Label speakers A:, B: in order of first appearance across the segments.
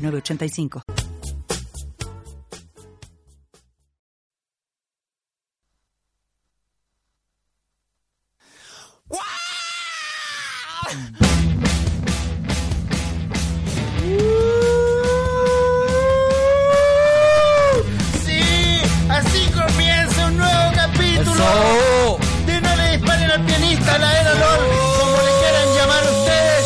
A: 985.
B: Sí, así comienza un nuevo capítulo
C: Eso.
B: de No le disparen al pianista, la era honor, como le quieran llamar ustedes.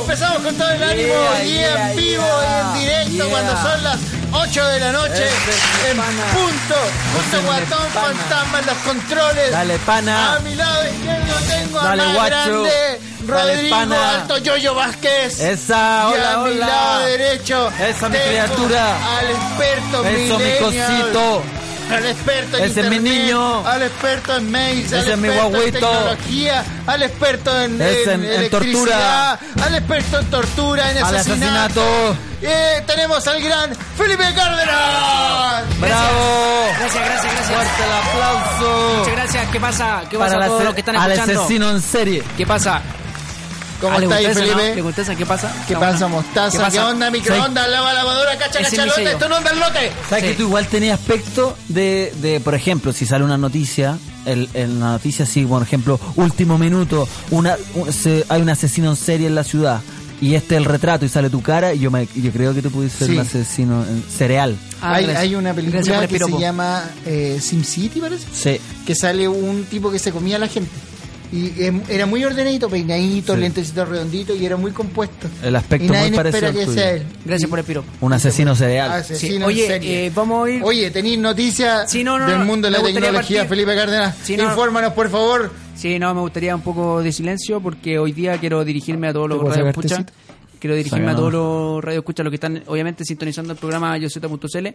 B: Empezamos con todo el ánimo
C: Yeah,
B: y
C: yeah,
B: en vivo y
C: yeah,
B: en directo
C: yeah.
B: cuando son las 8 de la noche
C: Ese es mi
B: en
C: pana.
B: punto. Junto a
C: es mi
B: Guatón,
C: pana.
B: Fantasma, en los controles.
C: Dale, pana.
B: A mi lado izquierdo tengo a
C: Dale,
B: más
C: guacho.
B: grande
C: Dale,
B: Rodrigo
C: pana.
B: Alto Yoyo Vázquez.
C: Esa,
B: Y
C: hola,
B: a mi
C: hola.
B: lado derecho.
C: Esa, mi
B: tengo
C: criatura.
B: Al experto
C: Eso, mi
B: millennial,
C: cosito.
B: Al experto en
C: Ese es mi
B: internet,
C: niño.
B: Al experto en mails. Al
C: Ese es mi
B: experto en
C: guagüito.
B: tecnología. Al experto en,
C: Ese en- en
B: electricidad, Al experto en tortura, en
C: Al
B: asesinato.
C: asesinato.
B: Eh, tenemos al gran Felipe
C: Ah,
B: Cárdenas.
C: ¡Bravo!
D: Gracias, gracias, gracias.
C: ¡Fuerte el aplauso!
D: Muchas gracias. ¿Qué pasa? ¿Qué pasa a
C: el
D: todos
C: ase-
D: los que están
C: al
D: escuchando?
C: asesino en serie.
D: ¿Qué pasa?
B: ¿Cómo
D: Ah, ¿le
B: está ahí,
D: gusta esa,
B: Felipe?
D: no? ¿Le gusta esa? ¿Qué pasa?
B: ¿Qué
D: Está
B: pasa,
D: buena.
B: mostaza? ¿Qué,
D: ¿Qué pasa?
B: onda, microondas? Lava lavadora, cacha,
D: Ese es
B: cacha,
D: mi
B: lote.
D: sello.
B: Esto no onda el lote.
C: ¿Sabes
D: Sí.
C: que tú igual tenías aspecto de, de, por ejemplo, si sale una noticia, el, el- la noticia así, por ejemplo, último minuto, una, un- se- hay un asesino en serie en la ciudad, y este es el retrato y sale tu cara, y yo, me, yo creo que tú pudiste ser
B: Sí.
C: un asesino en cereal.
D: Ah,
B: hay,
D: gracias.
B: hay una
D: Gracias por
B: película
D: el
B: que se
D: piropo.
B: llama eh, SimCity, parece.
C: Sí.
B: Que sale un tipo que se comía a la gente. Y em, era muy ordenadito, peinadito,
C: Sí.
B: lentecito redondito y era muy compuesto.
C: El aspecto
B: y nadie
C: muy parecido
B: espera que
C: al tuyo.
B: sea él. Ah,
D: Gracias
B: Y-
D: por el piro.
C: Un asesino
D: Ah,
C: cereal.
B: Asesino en
D: Oye,
B: serie.
D: eh, vamos a ir.
B: Oye, tenéis noticias
D: Sí, no, no,
B: del
D: no,
B: mundo de
D: me
B: la
D: gustaría
B: tecnología,
D: partir-
B: Felipe Cárdenas.
D: Sí, no, no.
B: Infórmanos, por favor.
D: Sí, no, me gustaría un poco de silencio porque hoy día quiero dirigirme a todos los
B: ¿Te puedo sacar
D: radioescuchas. Quiero dirigirme
C: Saca
D: a todos los radioescuchas, los que están obviamente sintonizando el programa YoZ.cl.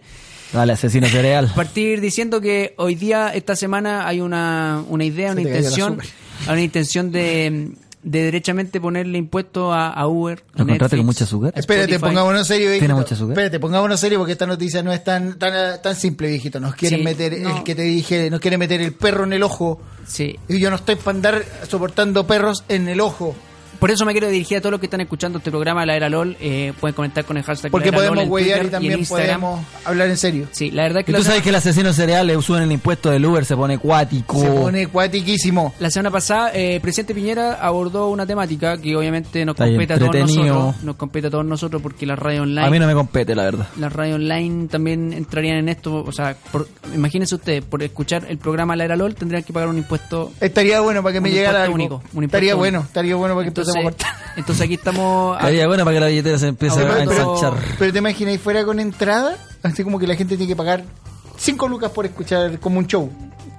C: Dale, asesino cereal.
D: partir diciendo que hoy día, esta semana, hay una, una idea,
B: te
D: una
B: cayó el
D: intención,
B: azúcar.
D: hay una intención de, de derechamente ponerle impuesto a, a Uber. a
C: ¿Lo encontraste
D: Netflix.
C: con mucha azúcar?
D: Spotify.
B: Espérate, pongámonos serio, viejito.
C: Tiene mucha azúcar.
B: Espérate, pongámonos serio porque esta noticia no es tan tan, tan simple, viejito. Nos quieren
D: Sí,
B: meter
D: no.
B: el que te dije, nos quieren meter el perro en el ojo.
D: Sí.
B: Y yo no estoy para andar soportando perros en el ojo.
D: Por eso me quiero dirigir a todos los que están escuchando este programa, La Era LOL. eh, pueden comentar con el hashtag
B: Porque
D: La Era LOL
B: podemos
D: en
B: huevear
D: Twitter
B: y
D: en
B: también
D: Instagram.
B: podemos hablar en serio.
D: Sí, la verdad es
C: Y
D: que
C: tú
D: la,
C: sabes que el asesino cereal le suben el impuesto del Uber, se pone cuático.
B: Se pone cuatiquísimo.
D: la semana pasada eh, el presidente Piñera abordó una temática que obviamente nos
C: Está
D: compete a todos
C: entretenido.
D: nosotros. Nos compete a todos nosotros porque la radio online...
C: A mí no me compete, la verdad.
D: las radio online también entrarían en esto. O sea, por- imagínense ustedes, por escuchar el programa La Era LOL tendrían que pagar un impuesto.
B: Estaría bueno para que me
D: Un
B: llegara
D: impuesto
B: algo.
D: único, un impuesto
B: estaría
D: único.
B: bueno, estaría bueno para que
D: Entonces,
B: empecemos a cortar.
D: entonces aquí estamos.
C: Estaría bueno para que la billetera se empiece
D: Ahora,
C: a
D: Ah. pero-
C: ensanchar.
B: Ah, Pero te imaginas, ahí fuera con entrada, así como que la gente tiene que pagar 5 lucas por escuchar como un show.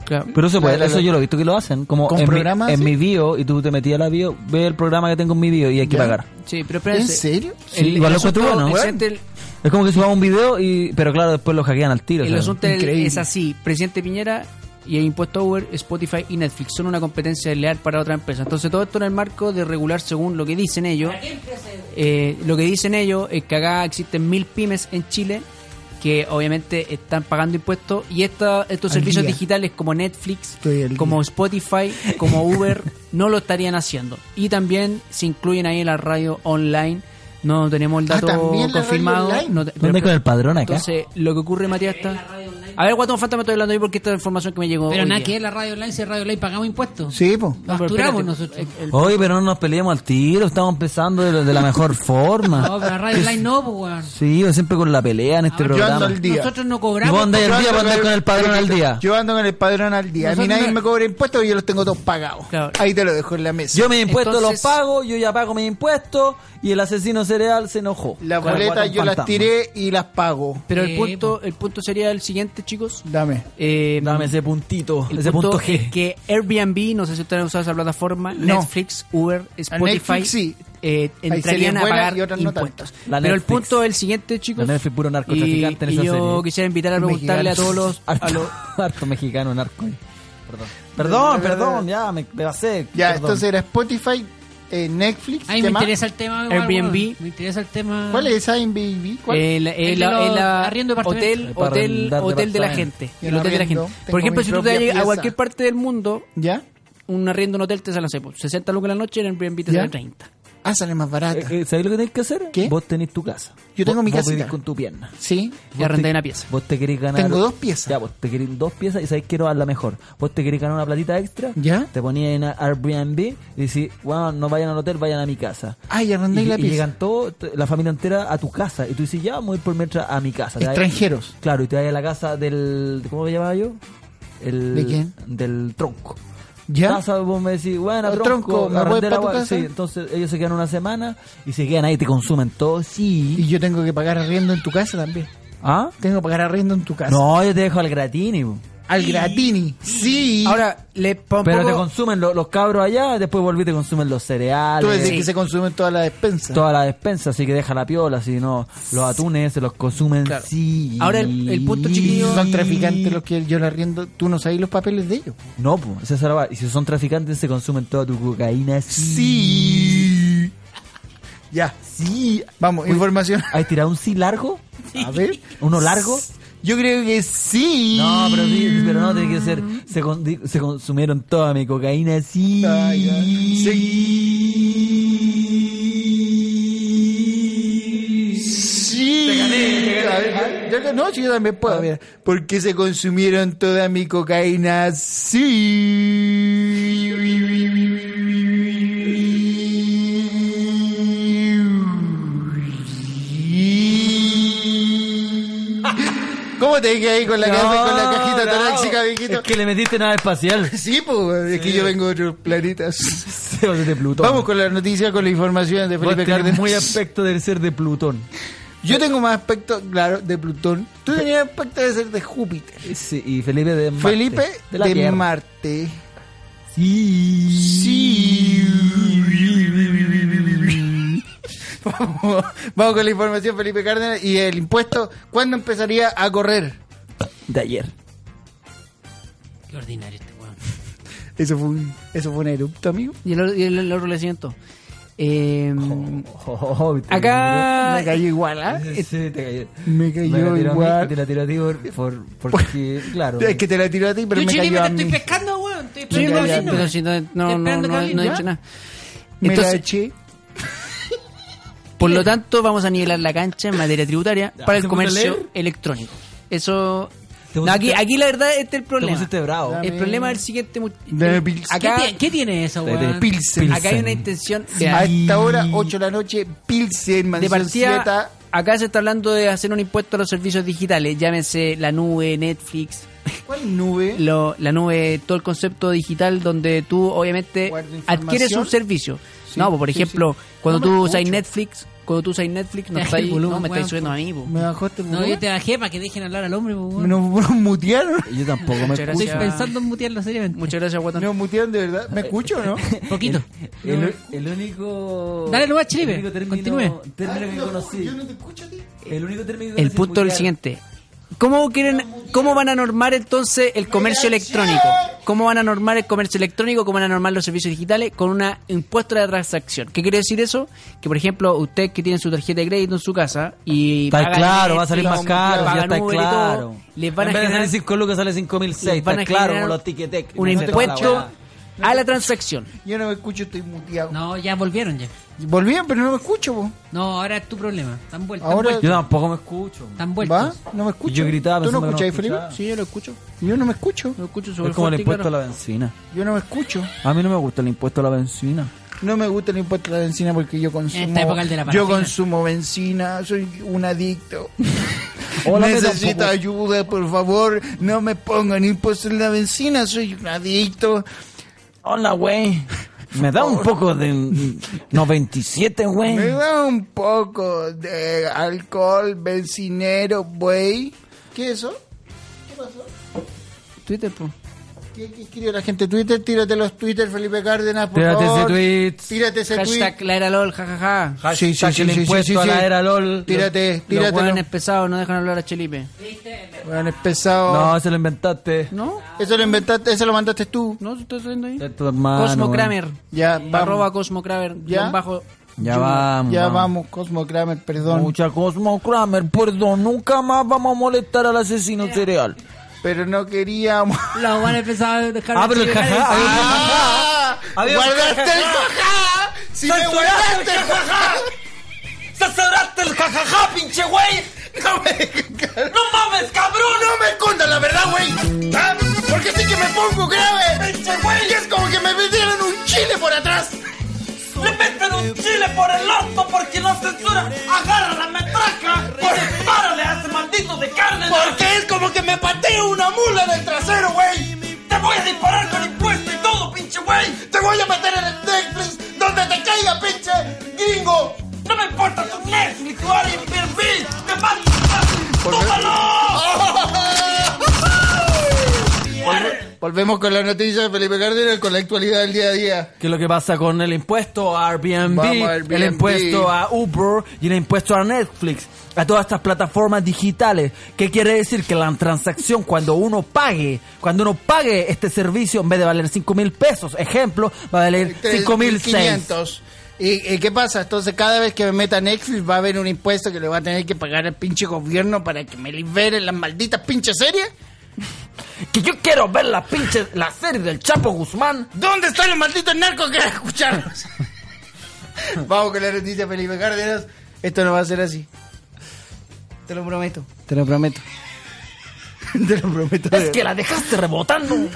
D: Claro.
C: Pero eso, puede,
B: Claro,
C: eso
B: claro.
C: yo lo he visto que lo hacen. Como
B: ¿Con
C: en,
B: programas,
C: mi, en
B: sí?
C: mi bio, y tú te metías a la bio, ve el programa que tengo en mi bio y hay que
B: Ya.
C: pagar.
D: Sí, pero espérense.
B: ¿En serio?
C: Sí, igual lo encuentro
D: asunto-
C: bueno,
D: el
C: bueno.
D: presidente- el-
C: Es como que subamos un video, y pero claro, después lo hackean al tiro.
D: el
C: ¿sabes?
D: asunto del-
B: increíble.
D: es así: presidente Piñera y el impuesto a Uber, Spotify y Netflix son una competencia leal para otra empresa. Entonces, todo esto en el marco de regular según lo que dicen ellos. Eh, lo que dicen ellos es que acá existen mil pymes en Chile que obviamente están pagando impuestos y esta, estos
B: Al
D: servicios
B: día.
D: digitales como Netflix,
B: Estoy al
D: como
B: día.
D: Spotify, como Uber, no lo estarían haciendo. Y también se incluyen ahí en la radio online. No tenemos el
B: Ah,
D: dato
B: también la radio
D: confirmado.
B: online.
D: no te-
C: ¿Dónde con el padrón acá?
D: Entonces, lo que ocurre, Matías, está... A ver, Guatón Fanta me estoy hablando ahí porque esta es la información que me llegó
E: Pero
D: hoy
E: nada
D: día.
E: que ver la radio online, si en radio online pagamos impuestos.
B: Sí, po.
D: No, pero
E: Facturamos
D: espérate.
E: nosotros.
B: Eh,
D: El-
C: Oye, pero no nos peleemos al tiro, estamos empezando de, de la mejor forma.
E: No, pero la radio online no, pues, weón.
C: Sí, yo siempre con la pelea en este
E: Yo
B: Yo ando
C: programa.
B: al día.
E: Nosotros no
C: Y vos
E: cobramos.
C: andáis-
B: Yo
C: El día
B: ando
C: para andar con el padrón al día.
B: Yo ando con el padrón al día. a mí
E: Nosotros
B: nadie
E: no-
B: me cobra impuestos y yo los tengo todos pagados.
D: Claro.
B: Ahí te lo dejo en la mesa.
C: Yo mis impuestos los
D: Entonces-
C: pago, yo ya pago mis impuestos, y el asesino cereal se enojó.
B: las
C: Con el
B: boletas
C: guatón
B: yo las
C: fantasma.
B: tiré y las pago.
D: Pero
E: Eh,
D: el punto, el punto sería el siguiente, chicos.
B: Dame.
D: Eh,
C: Dame ese puntito,
D: El
C: ese punto,
D: punto,
C: G.
D: es que Airbnb, no sé si ustedes han usado esa plataforma,
B: No.
C: Ah,
D: Netflix, Uber,
B: A
D: Spotify,
B: Netflix sí.
D: eh,
B: Hay
D: entrarían
B: series
D: a
B: buenas
D: pagar
B: y otras no
D: impuestos.
C: tanto. La
D: Pero el
C: Netflix.
D: punto es el siguiente, chicos.
C: La Netflix puro narcotraficante
D: y,
C: en esa
D: y yo
C: serie.
D: quisiera invitar a preguntarle a todos los...
C: Harto,
D: a los-
C: harto mexicano, narco. Perdón. Perdón, perdón, ya me, me basé.
B: Ya,
C: perdón.
B: entonces era Spotify, eh, Netflix,
E: Ay,
B: ¿qué
E: me
B: más?
E: interesa el tema. igual,
D: Airbnb.
E: weón. Me interesa el tema.
B: ¿Cuál es Airbnb? ¿Cuál?
D: El, el-
E: de los
D: el- Eh, la-
E: arriendo de
D: hotel,
E: apartamentos.
C: Para
D: hotel,
C: arrendar
D: hotel de la
C: departamento.
D: gente.
B: Yo
D: El
B: no
D: hotel de la gente.
B: arriendo,
D: Por
B: tengo
D: ejemplo,
B: mi
D: si tú te
B: propia
D: vas a
B: pieza.
D: cualquier parte del mundo,
B: ¿Ya?
D: un arriendo en hotel te sale, no sé, po, 60 lucas en la noche, en Airbnb te
B: ¿Ya?
D: sale 30.
B: Ah, sale más barata.
C: Eh, eh, ¿Sabéis lo que tenéis que hacer?
B: ¿Qué?
C: Vos tenés tu casa.
B: Yo tengo
C: Vos-
B: mi
C: vos
B: casita.
C: vivís con tu pierna.
B: Sí.
D: Y
C: Vos
D: arrendé
C: te-
D: una pieza.
C: Vos te querés ganar.
B: Tengo dos piezas.
C: Ya, vos te querés dos piezas y sabés que no es la mejor. Vos te querés ganar una platita extra.
B: Ya.
C: Te ponías en Airbnb y decís, bueno, no vayan al hotel, vayan a mi casa.
B: Ay, arrendáis
C: y,
B: la
C: y
B: pieza.
C: llegan todos, la familia entera a tu casa. Y tú dices, ya, voy por mientras a mi casa. Te vas-
B: Extranjeros.
C: claro, y te vas a la casa del. ¿Cómo lo llamaba yo? El,
B: ¿De quién?
C: Del tronco.
B: ¿Ya?
C: Casa, vos me decís, bueno,
B: Ah,
C: tronco,
B: tronco, ¿me
C: arrendé
B: voy
C: la
B: pa' tu
C: gua-
B: casa?
C: Sí, entonces ellos se quedan una semana y se quedan ahí, te consumen todo.
B: Y
C: Sí.
B: yo tengo que pagar arriendo en tu casa también.
C: ¿Ah?
B: Tengo que pagar arriendo en tu casa.
C: No, yo te dejo al gratini. po.
B: Al gratini. Sí.
D: Ahora, le pa- un
C: Pero
D: poco-
C: te consumen lo- los cabros allá, después volví y te consumen los
B: tú decís
C: cereales,
B: que se consumen toda la despensa.
C: toda la despensa, así que deja la piola, si no, los atunes se los consumen.
D: Claro.
C: Sí.
D: Ahora el- el punto,
B: Y
D: chiquillo-
B: son traficantes los que yo la arriendo. Tú no sabes los papeles de ellos.
C: No, pues, esa es la verdad. Y si son traficantes, se consumen toda tu cocaína.
B: Sí. Ya. Sí. Vamos, información.
C: ¿Has tirado un sí largo?
B: A ver.
C: ¿Uno largo?
B: Yo creo que sí.
C: No, pero sí, pero no, tiene que ser.
B: Mm.
C: Se, con- di- se consumieron toda mi cocaína, sí.
B: Ay, ya. Sí. A ver, yo- yo- no, sí, yo también puedo. mira. Porque se consumieron toda mi cocaína. Sí. ¿Cómo te quedé ahí con la, cabeza y con la cajita
C: No,
B: torácica,
C: bravo.
B: viejito?
C: Es que le metiste nada espacial.
B: Sí, pues, es que yo vengo de otros planetas.
C: Se va de Plutón.
B: Vamos con las noticias, con la información de
C: Vos
B: Felipe
C: tenés
B: Cárdenas.
C: muy aspecto de ser de Plutón.
B: Yo tengo más aspecto, claro, de Plutón. Tú tenías aspecto de ser de Júpiter.
C: Sí, y Felipe de Marte.
B: Felipe de,
C: la Tierra.
B: Marte.
C: Sí.
B: Sí. Vamos, vamos con la información, Felipe Cárdenas. Y el impuesto, ¿cuándo empezaría a correr?
C: De ayer.
E: Qué ordinario este weón.
B: Eso fue un, eso fue un erupto, amigo.
D: Y el, otro- y el- el otro le siento. Eh,
C: Oh,
B: Me
D: acá...
B: cayó igual, ¿ah?
C: Sí, sí, te oh, cayó.
B: Me cayó
C: la tiró a mí
B: igual.
C: y Te la tiró a ti por, por- porque, claro.
B: Es que te la tiró a ti, pero
E: Yo,
B: me
E: Chile,
B: cayó
E: me
B: a
E: te estoy
B: mí.
E: pescando, weón.
D: Sí,
E: Estoy esperando
B: ya,
E: a
B: ya,
E: Carlino.
D: pero si no, no, no,
E: Esperando
D: no,
E: a
D: no
E: Carlino.
D: he hecho nada.
B: Me la
D: Entonces-
B: eché.
D: Por lo tanto, vamos a nivelar la cancha en materia tributaria
C: Ya,
D: para el
C: ¿te gusta
D: comercio
C: leer?
D: electrónico. Eso.
C: ¿Te
D: No,
C: pusiste-
D: aquí, aquí la verdad este es el
C: Te
D: problema.
C: pusiste bravo.
D: El problema es el siguiente. mu-
B: Dame
D: eh,
B: pils.
E: ¿Qué,
D: Acá,
E: ti- qué tiene eso,
C: Te- te-
E: weón?
B: Pilsen.
D: acá hay
C: Pilsen.
D: una intención.
B: A
D: De,
B: esta hora, 8 de la noche, Pilsen,
D: de
B: Mansión
D: partida,
B: Zeta.
D: acá se está hablando de hacer un impuesto a los servicios digitales. Llámese la nube, Netflix,
B: ¿Cuál nube?
D: lo- la nube, todo el concepto digital donde tú obviamente
B: Guarda información.
D: adquieres un servicio.
B: Sí,
D: no, pues, por
B: sí,
D: ejemplo,
B: sí.
D: cuando
B: No me
D: tú usas
B: escucho.
D: Netflix, cuando tú usas Netflix, no,
E: Te
D: estáis-
E: bajé el volumen,
D: no me estáis
E: weón,
D: subiendo a mí. po.
B: ¿Me este bajaste el
E: No, yo
B: volumen?
E: te bajé para que dejen hablar al hombre, pues, weón.
B: ¿Nos, nos mutearon?
C: Yo tampoco me
D: Muchas
C: escucho.
E: Estoy
D: Mucha-
E: pensando en mutearlo seriamente.
D: Muchas gracias, Guatón.
B: ¿Nos mutearon de verdad? ¿Me escucho o no?
E: Poquito.
B: Eh.
C: El, el único.
E: Dale nomás, Chile,
C: El único término,
E: continúe.
C: término que conocí.
B: te escucho a ti.
C: El único término que
D: El
C: conocí
D: punto es el
C: mundial.
D: siguiente. ¿Cómo quieren, cómo van a normar entonces el comercio electrónico? ¿Cómo van a normar el comercio electrónico? ¿Cómo van a normar los servicios digitales? Con una impuesto de transacción. ¿Qué quiere decir eso? Que, por ejemplo, usted que tiene su tarjeta de crédito en su casa y...
C: Está
D: paga
C: claro,
D: Netflix,
C: va a salir más caro,
D: paga
C: ya está
D: Uber y todo,
C: claro.
D: Les van a
C: en vez de
D: generar
C: salir 5 lucas sale 5006,
D: les van
C: está
D: a
C: claro,
D: generar
C: como los tiquetec.
D: un
C: No sé toda la
D: impuesto
C: weá.
D: a la transacción.
B: Yo no me escucho, estoy muteado.
E: No, ya volvieron ya.
B: Volvían, pero no me escucho, vos.
E: No, ahora es tu problema. Están vueltos.
B: Ahora-
C: Yo tampoco me escucho.
D: Ah,
E: Están
B: ¿Va?
E: vueltos.
B: No me escucho.
C: Yo gritaba
B: ¿Tú no
C: pensando que no
B: escucháis, Felipe?
C: escuchaba.
B: Sí.
D: Sí, yo lo escucho.
B: Yo no me escucho.
D: Lo escucho sobre
C: Es como el
D: fuerte y
C: impuesto
D: claro.
C: a la benzina.
B: Yo no me escucho.
C: A mí no me gusta el impuesto a la benzina.
B: No me gusta el impuesto a la benzina porque yo consumo.
E: esta época el de la
B: yo
E: parafina.
B: consumo benzina, soy un adicto.
C: Hola, me
B: Necesito
C: tampoco.
B: ayuda, por favor. No me pongan impuesto en la benzina, soy un adicto.
C: Hola, güey. Me da un poco de 97,
B: Me
C: güey.
B: da un poco de alcohol bencinero, güey. ¿Qué es eso?
D: Twitter, po.
B: ¿Qué, qué escribe la gente? Twitter, tírate los Twitter, Felipe Cárdenas, por
C: Tírate ese
B: favor.
C: tweet.
B: Tírate ese tweet.
D: Hashtag la era LOL, jajaja.
C: Hashtag el impuesto a la era LOL.
B: Tírate,
D: Los
B: tírate.
D: hueones pesados no dejan hablar a Chelipe.
B: Bueno, es pesado.
C: No, se lo inventaste.
D: ¿No?
B: Eso lo inventaste, eso lo mandaste tú.
D: ¿No? ¿Te estoy viendo ahí?
C: Es tu hermano,
D: Cosmo
C: weón.
D: Kramer.
B: Ya, vamos.
D: Arroba Cosmo Kramer.
B: Ya.
D: guión Bajo.
C: Ya
B: Yo-
C: vamos.
B: Ya
C: vamos.
B: vamos, Cosmo Kramer, perdón.
C: Mucha Cosmo Kramer, perdón, nunca más vamos a molestar al asesino cereal.
B: Pero no queríamos.
E: Los van a empezar a dejar.
C: Ah, pero el
E: Chile,
C: jajá,
E: dale.
B: ¡Ah!
C: Había un
B: ¡Guardaste el
C: jajá.
B: jajá! ¡Si me
C: Censuraste
B: guardaste el jajá!
C: ¡Sazoraste el jajaja, pinche güey!
B: ¡No me,
C: ¡No mames, cabrón!
B: no me escondas la verdad, güey! ¿Ah? Porque sí que me pongo grave. Y es como que me metieron un chile por atrás.
C: ¡Le meten un chile por el orto porque no censura! ¡Agarra la metraca! ¡Párale a ese maldito de carne!
B: Porque es como que me pateo una mula del trasero, güey.
C: ¡Te voy a disparar con impuesto y todo, pinche güey!
B: Te voy a meter en el Netflix donde te caiga, pinche gringo.
C: ¡No me importa tu Netflix, tu Airbnb! ¡Te mando! ¡Tómalo!
B: Volve- volvemos con la noticia de Felipe Cárdenas con la actualidad del día a día.
C: ¿Qué es lo que pasa con el impuesto a Airbnb,
B: Vamos, Airbnb.
C: el impuesto a Uber y el impuesto a Netflix? A todas estas plataformas digitales. ¿Qué quiere decir? Que la transacción, cuando uno pague, cuando uno pague este servicio, en vez de valer 5 mil pesos, ejemplo, va a valer
B: Este
C: 5 mil
B: 5.500. ¿Y, ¿Y qué pasa? Entonces cada vez que me meta Netflix va a haber un impuesto que le va a tener que pagar al pinche gobierno para que me liberen las malditas pinches series.
C: Que yo quiero ver la pinche, la serie del Chapo Guzmán.
B: ¿Dónde están los malditos narcos que van a escucharnos? Vamos con la noticia, Felipe Cárdenas. Esto no va a ser así. Te lo prometo. Te lo prometo. Te lo prometo.
C: Es que la dejaste rebotando.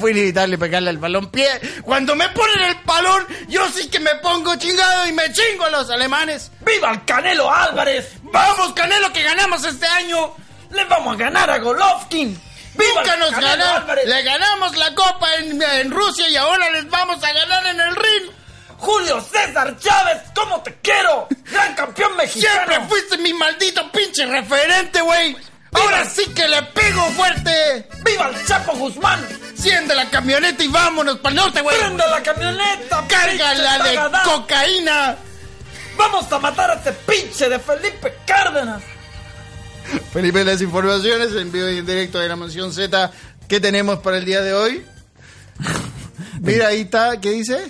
B: Fue inevitable pegarle al balón pie. Cuando me ponen el balón, yo sí que me pongo chingado y me chingo a los alemanes.
C: ¡Viva el Canelo Álvarez!
B: ¡Vamos, Canelo, que ganamos este año!
C: ¡Le vamos a ganar a Golovkin! ¡Viva
B: ¡Nunca
C: el
B: nos
C: Canelo
B: ganaron!
C: Álvarez!
B: Le ganamos la copa en, en Rusia y ahora les vamos a ganar en el ring.
C: Julio César Chávez, ¿cómo te quiero? Gran campeón mexicano.
B: Siempre fuiste mi maldito pinche referente, güey. Ahora sí que le pego fuerte.
C: ¡Viva el Chapo Guzmán!
B: Enciende la camioneta y vámonos para el norte, güey.
C: ¡Prenda la camioneta!
B: Cárgala
C: pinche
B: de
C: tagadá!
B: cocaína.
C: ¡Vamos a matar a este pinche de Felipe Cárdenas!
B: Felipe, las informaciones en vivo y en directo de la Mansión Z. ¿Qué tenemos para el día de hoy? Mira, ahí está. ¿Qué dice?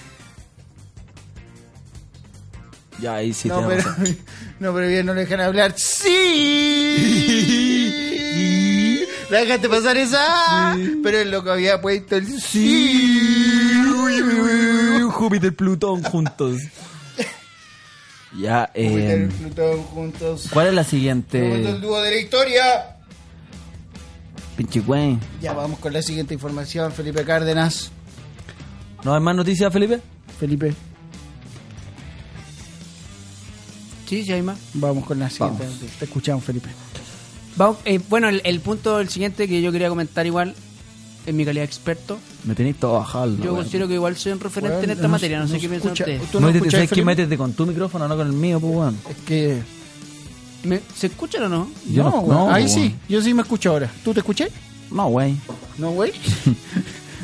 C: Ya, ahí sí
B: No, pero, no, pero bien, no le dejan hablar. ¡Sí! La dejaste pasar esa. Pero el loco había puesto el sí.
C: Júpiter Plutón juntos. ya,
B: Júpiter
C: eh...
B: y Plutón juntos.
C: ¿Cuál es la
B: Juntos el
C: siguiente?
B: dúo de la historia.
C: Pinche güey.
B: Ya vamos con la siguiente información, Felipe Cárdenas.
C: ¿No hay más noticias, Felipe?
B: Felipe,
D: Sí, sí, hay más.
B: vamos con la siguiente. Te escuchamos, Felipe.
D: Vamos, eh, bueno, el, el punto, el siguiente que yo quería comentar igual, en mi calidad de experto,
C: Me tenéis todo bajado.
D: yo considero que igual soy un referente en
B: Bueno,
D: esta
B: no-
D: materia, no,
B: no
D: sé qué
B: se
D: piensan
B: escucha.
D: ustedes.
B: ¿Tú no escuchas,
C: métete, que
B: Felipe?
C: métete con tu micrófono, no con el mío, pues, weón.
B: Es que.
D: ¿Me- ¿Se escuchan o no?
C: Yo
B: no, güey. Ahí
C: pues,
B: sí, yo sí me escucho ahora. ¿Tú te escuché?
C: weón. No, güey.
B: No, güey.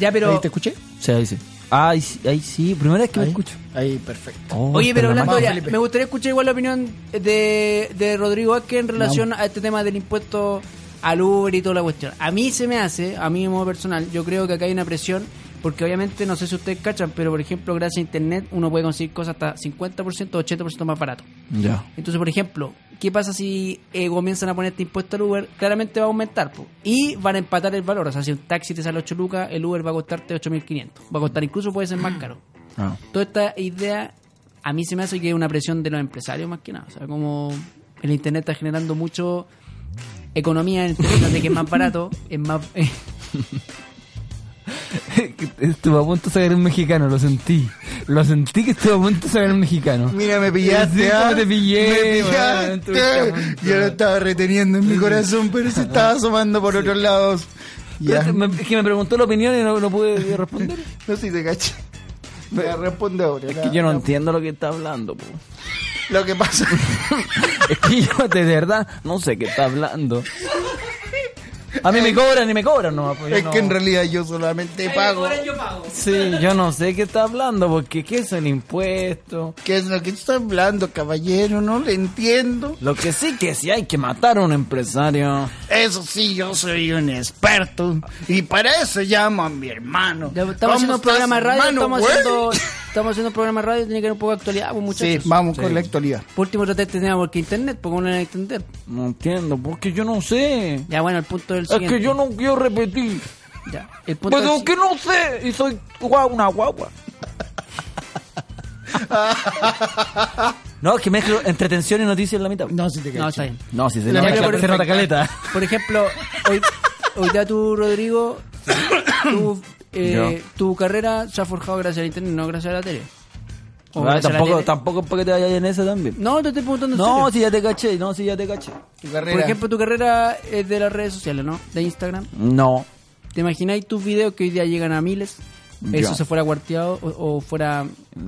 D: Ya,
B: ¿Ahí
D: pero...
B: te escuché?
C: Sí, ahí sí. Ah, ahí sí, ahí sí. Primera vez que
B: ahí,
C: me escucho.
B: Ahí, perfecto.
C: Oh,
D: Oye, pero
C: está la
D: hablando
B: Vamos,
D: ya,
B: Felipe.
D: me gustaría escuchar igual la opinión de, de Rodrigo Vázquez en relación a este tema del impuesto al Uber y toda la cuestión. A mí se me hace, a mí de modo personal, yo creo que acá hay una presión, porque obviamente, no sé si ustedes cachan, pero por ejemplo, gracias a Internet uno puede conseguir cosas hasta 50%, 80% más barato.
C: Ya.
D: Entonces, por ejemplo, ¿qué pasa si eh, comienzan a ponerte impuesto al Uber? Claramente va a aumentar po. y van a empatar el valor. O sea, si un taxi te sale 8 lucas, el Uber va a costarte 8.500. Va a costar incluso puede ser más caro.
C: Ah.
D: Toda esta idea a mí se me hace que es una presión de los empresarios más que nada. O sea, como el Internet está generando mucho economía en términos de que es más barato, es más... eh,
C: Estuvo a punto de sacar un mexicano, lo sentí. Lo sentí que estuvo a punto de sacar un mexicano.
B: Mira, me pillaste.
C: Sí,
B: ¿ah?
C: cómo te pillé,
B: Me
C: weón, tú estás
B: pillaste.
C: tonto.
B: Yo lo estaba reteniendo en mi corazón, pero se estaba asomando por otros lados.
C: Pero
B: Ya.
C: es que me- es que me preguntó la opinión y no, no pude responder.
B: No sé si te caché. Me responde ahora.
C: Es que yo no entiendo lo que está hablando, po.
B: Lo que pasa.
C: Es que yo de verdad no sé qué está hablando. A mí me cobran y me cobran, no. pues yo
B: Es
C: no-
B: que en realidad yo solamente pago.
E: yo pago.
C: Sí, yo no sé qué está hablando, porque ¿qué es el impuesto?
B: ¿Qué es lo que está hablando, caballero? No le entiendo.
C: Lo que sí que sí hay que matar a un empresario.
B: Eso sí, yo soy un experto. Y para eso llamo a mi hermano.
D: Ya, Estamos haciendo un
B: ¿Cómo estás,
D: programa de radio,
B: hermano,
D: estamos
B: güey?
D: haciendo, estamos haciendo un programa de radio, tiene que haber un poco de actualidad, pues,
B: Sí,
D: muchachos.
B: vamos con la actualidad.
D: Por último, traté este tema porque internet, porque uno no va a entender.
C: No entiendo, porque yo no sé.
D: Ya, bueno, el punto del
C: Es
D: siguiente.
C: que yo no quiero repetir.
D: Ya, el punto del
C: Pero
D: si-
C: que no sé. Y soy guau, una guagua. No, es que mezclo entretención y noticias en la mitad.
B: No, si te
D: No, está bien.
C: No, si se
B: La
C: nota,
B: mezcla
C: ca- se
B: perfecta.
C: nota caleta.
D: Por ejemplo, hoy, hoy día tú, Rodrigo, tu, eh, tu carrera se ha forjado gracias al internet, no gracias a la tele. O
C: Ah,
D: gracias a la
C: tampoco,
D: tele.
C: tampoco es para que te vayas en esa también.
D: No, te estoy preguntando en
C: No,
D: serio.
C: si ya te caché, no, si ya te caché.
B: Tu
D: Por
B: carrera.
D: ejemplo, tu carrera es de las redes sociales, ¿no? De Instagram.
C: No.
D: ¿Te imagináis tus videos que hoy día llegan a miles? ¿Eso
C: Ya.
D: se fuera guardeado o, o fuera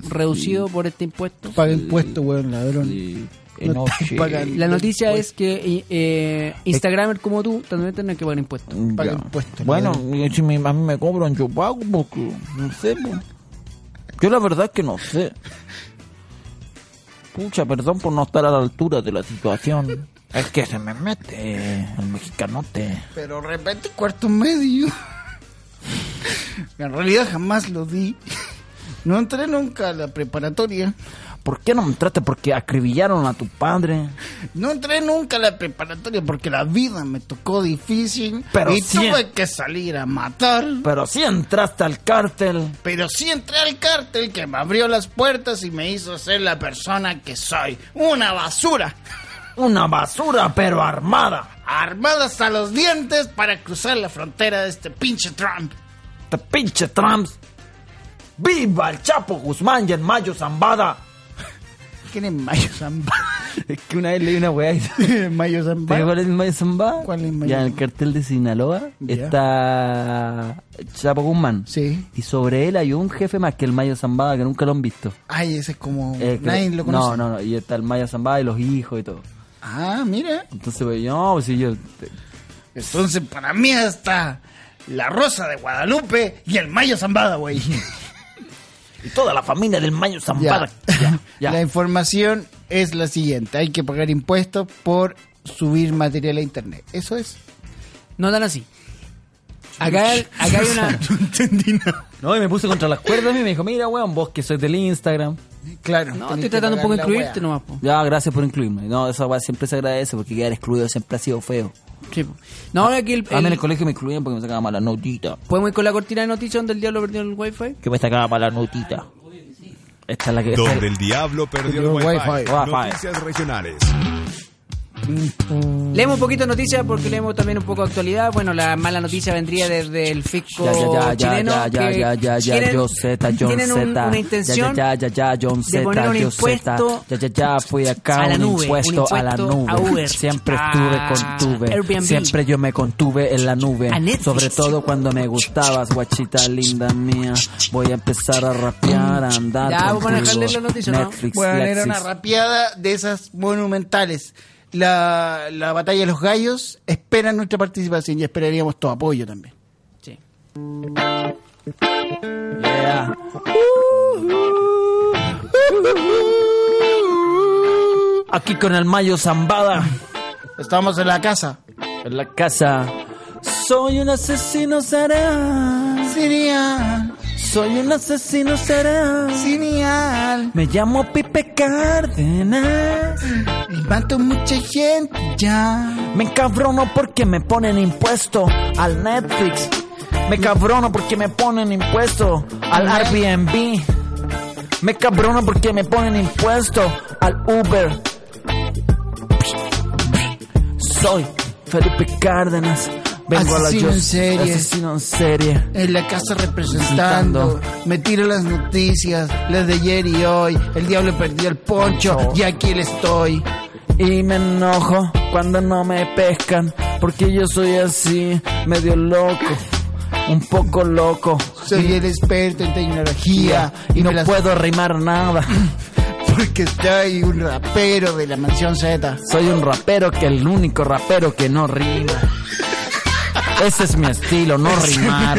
D: reducido por este impuesto?
B: paga impuestos, weón, ladrón. No te pagan.
D: La noticia
C: Pues
D: es que eh, Instagramers como tú también tendrán que pagar impuestos.
B: Paga
C: Mm, Ya.
B: impuestos,
C: Bueno, si me- a mí me cobran, yo pago porque no sé. po. Yo la verdad es que no sé. Pucha, perdón por no estar a la altura de la situación. Es que se me mete el mexicanote.
B: Pero repete cuarto medio. en realidad jamás lo di. No entré nunca a la preparatoria.
C: ¿Por qué no me entraste? Porque acribillaron a tu padre.
B: No entré nunca a la preparatoria porque la vida me tocó difícil.
C: Pero
B: y
C: sí.
B: tuve que salir a matar.
C: Pero sí entraste al cártel.
B: Pero sí entré al cártel que me abrió las puertas y me hizo ser la persona que soy. Una basura.
C: Una basura, pero armada.
B: Armada hasta los dientes para cruzar la frontera de este pinche Trump.
C: Este pinche Trumps. ¡Viva el Chapo Guzmán y el Mayo Zambada!
B: ¿Quién es Mayo Zamba?
C: Es que una vez leí una weá y
B: Mayo
C: ¿Te
B: Zamba.
C: acuerdas del Mayo Zambada?
B: ¿Cuál es el Mayo
C: Ya en el
B: Zambada?
C: cartel de Sinaloa
B: Ya.
C: está Chapo Guzmán.
B: Sí.
C: Y sobre él hay un jefe más que el Mayo Zambada que nunca lo han visto.
B: Ay, ese es como...
C: Eh, que-
B: Nadie lo conoce.
C: No, no, no. Y está el Mayo Zambada y los hijos y todo.
B: Ah, mira.
C: Entonces, pues, yo, no, pues si yo.
B: Entonces, para mí hasta la Rosa de Guadalupe y el Mayo Zambada, güey.
C: Y toda la familia del Mayo Zambada.
B: Ya.
C: Ya, ya.
B: La información es la siguiente. Hay que pagar impuestos por subir material a internet. Eso es.
D: No tan así. Acá, acá hay una...
B: No entendí nada.
C: No, y me puse contra las cuerdas y me dijo, mira, weón, vos que sois del Instagram.
B: Claro.
D: No,
B: tenés
D: estoy
B: que
D: tratando un poco de
B: pagar la
D: incluirte
B: wea.
D: nomás, po.
C: Ya, gracias por incluirme. No, esa weá siempre se agradece porque quedar excluido siempre ha sido feo.
D: Sí, po. No, ahora que el,
C: Ah, A mí en
D: el-
C: el colegio me incluían porque me sacaban malas notitas.
D: podemos ir con la cortina de noticias donde el diablo perdió el wifi.
C: que me sacaba mala notita. Esta es la que...
F: Donde el diablo perdió el
B: Perdió el
F: wifi.
B: wifi.
F: Noticias regionales.
D: Leemos un poquito de noticias porque leemos también un poco de actualidad. Bueno, la mala noticia vendría desde el fisco
C: Ya, ya, ya,
D: chileno.
C: ya, ya,
D: que
C: ya, ya, ya,
D: quieren-
C: yo Z, John
D: tienen un-
C: Z.
D: una intención
C: Ya, ya, ya, ya, John
D: de poner
C: Z,
D: un
C: yo Z.
D: impuesto
C: Ya, ya, ya, fui acá,
D: a la
C: un,
D: nube, un
C: impuesto a la
D: impuesto
C: nube.
D: a Uber,
C: Siempre
D: a
C: estuve contuve.
D: Airbnb.
C: Siempre yo me contuve en la nube.
D: A Netflix.
C: Sobre todo cuando me gustabas, guachita linda mía. Voy a empezar a rapear, a andar.
D: Ya, vamos a
C: contigo.
D: dejarle la noticia, ¿no?
C: Netflix,
B: Bueno, era
C: Lexis.
B: una rapeada de esas monumentales. La, la batalla de los gallos espera nuestra participación y esperaríamos tu apoyo también.
D: Sí.
C: Yeah. Aquí con el Mayo Zambada
B: Estamos en la casa.
C: en la casa. Soy un asesino será.
B: Serial,
C: Soy un asesino será.
B: serial.
C: Me llamo Pipe Cárdenas.
B: Y mato mucha gente ya.
C: Me encabrono porque me ponen impuesto al Netflix. Me cabrono porque me ponen impuesto al Airbnb. Me cabrono porque me ponen impuesto al Uber. Soy Felipe Cárdenas. Vengo
B: Asesino
C: a la
B: en serie.
C: Asesino en serie.
B: En la casa representando. Me tiro las noticias, las de ayer y hoy. El diablo perdió el poncho y aquí le estoy.
C: Y me enojo cuando no me pescan, porque yo soy así, medio loco, un poco loco.
B: Soy el experto en tecnología
C: Y no
B: me las-
C: puedo rimar nada.
B: porque soy un rapero de la mansión Z.
C: Soy un rapero que el único rapero que no rima. Ese es mi estilo, no rimar.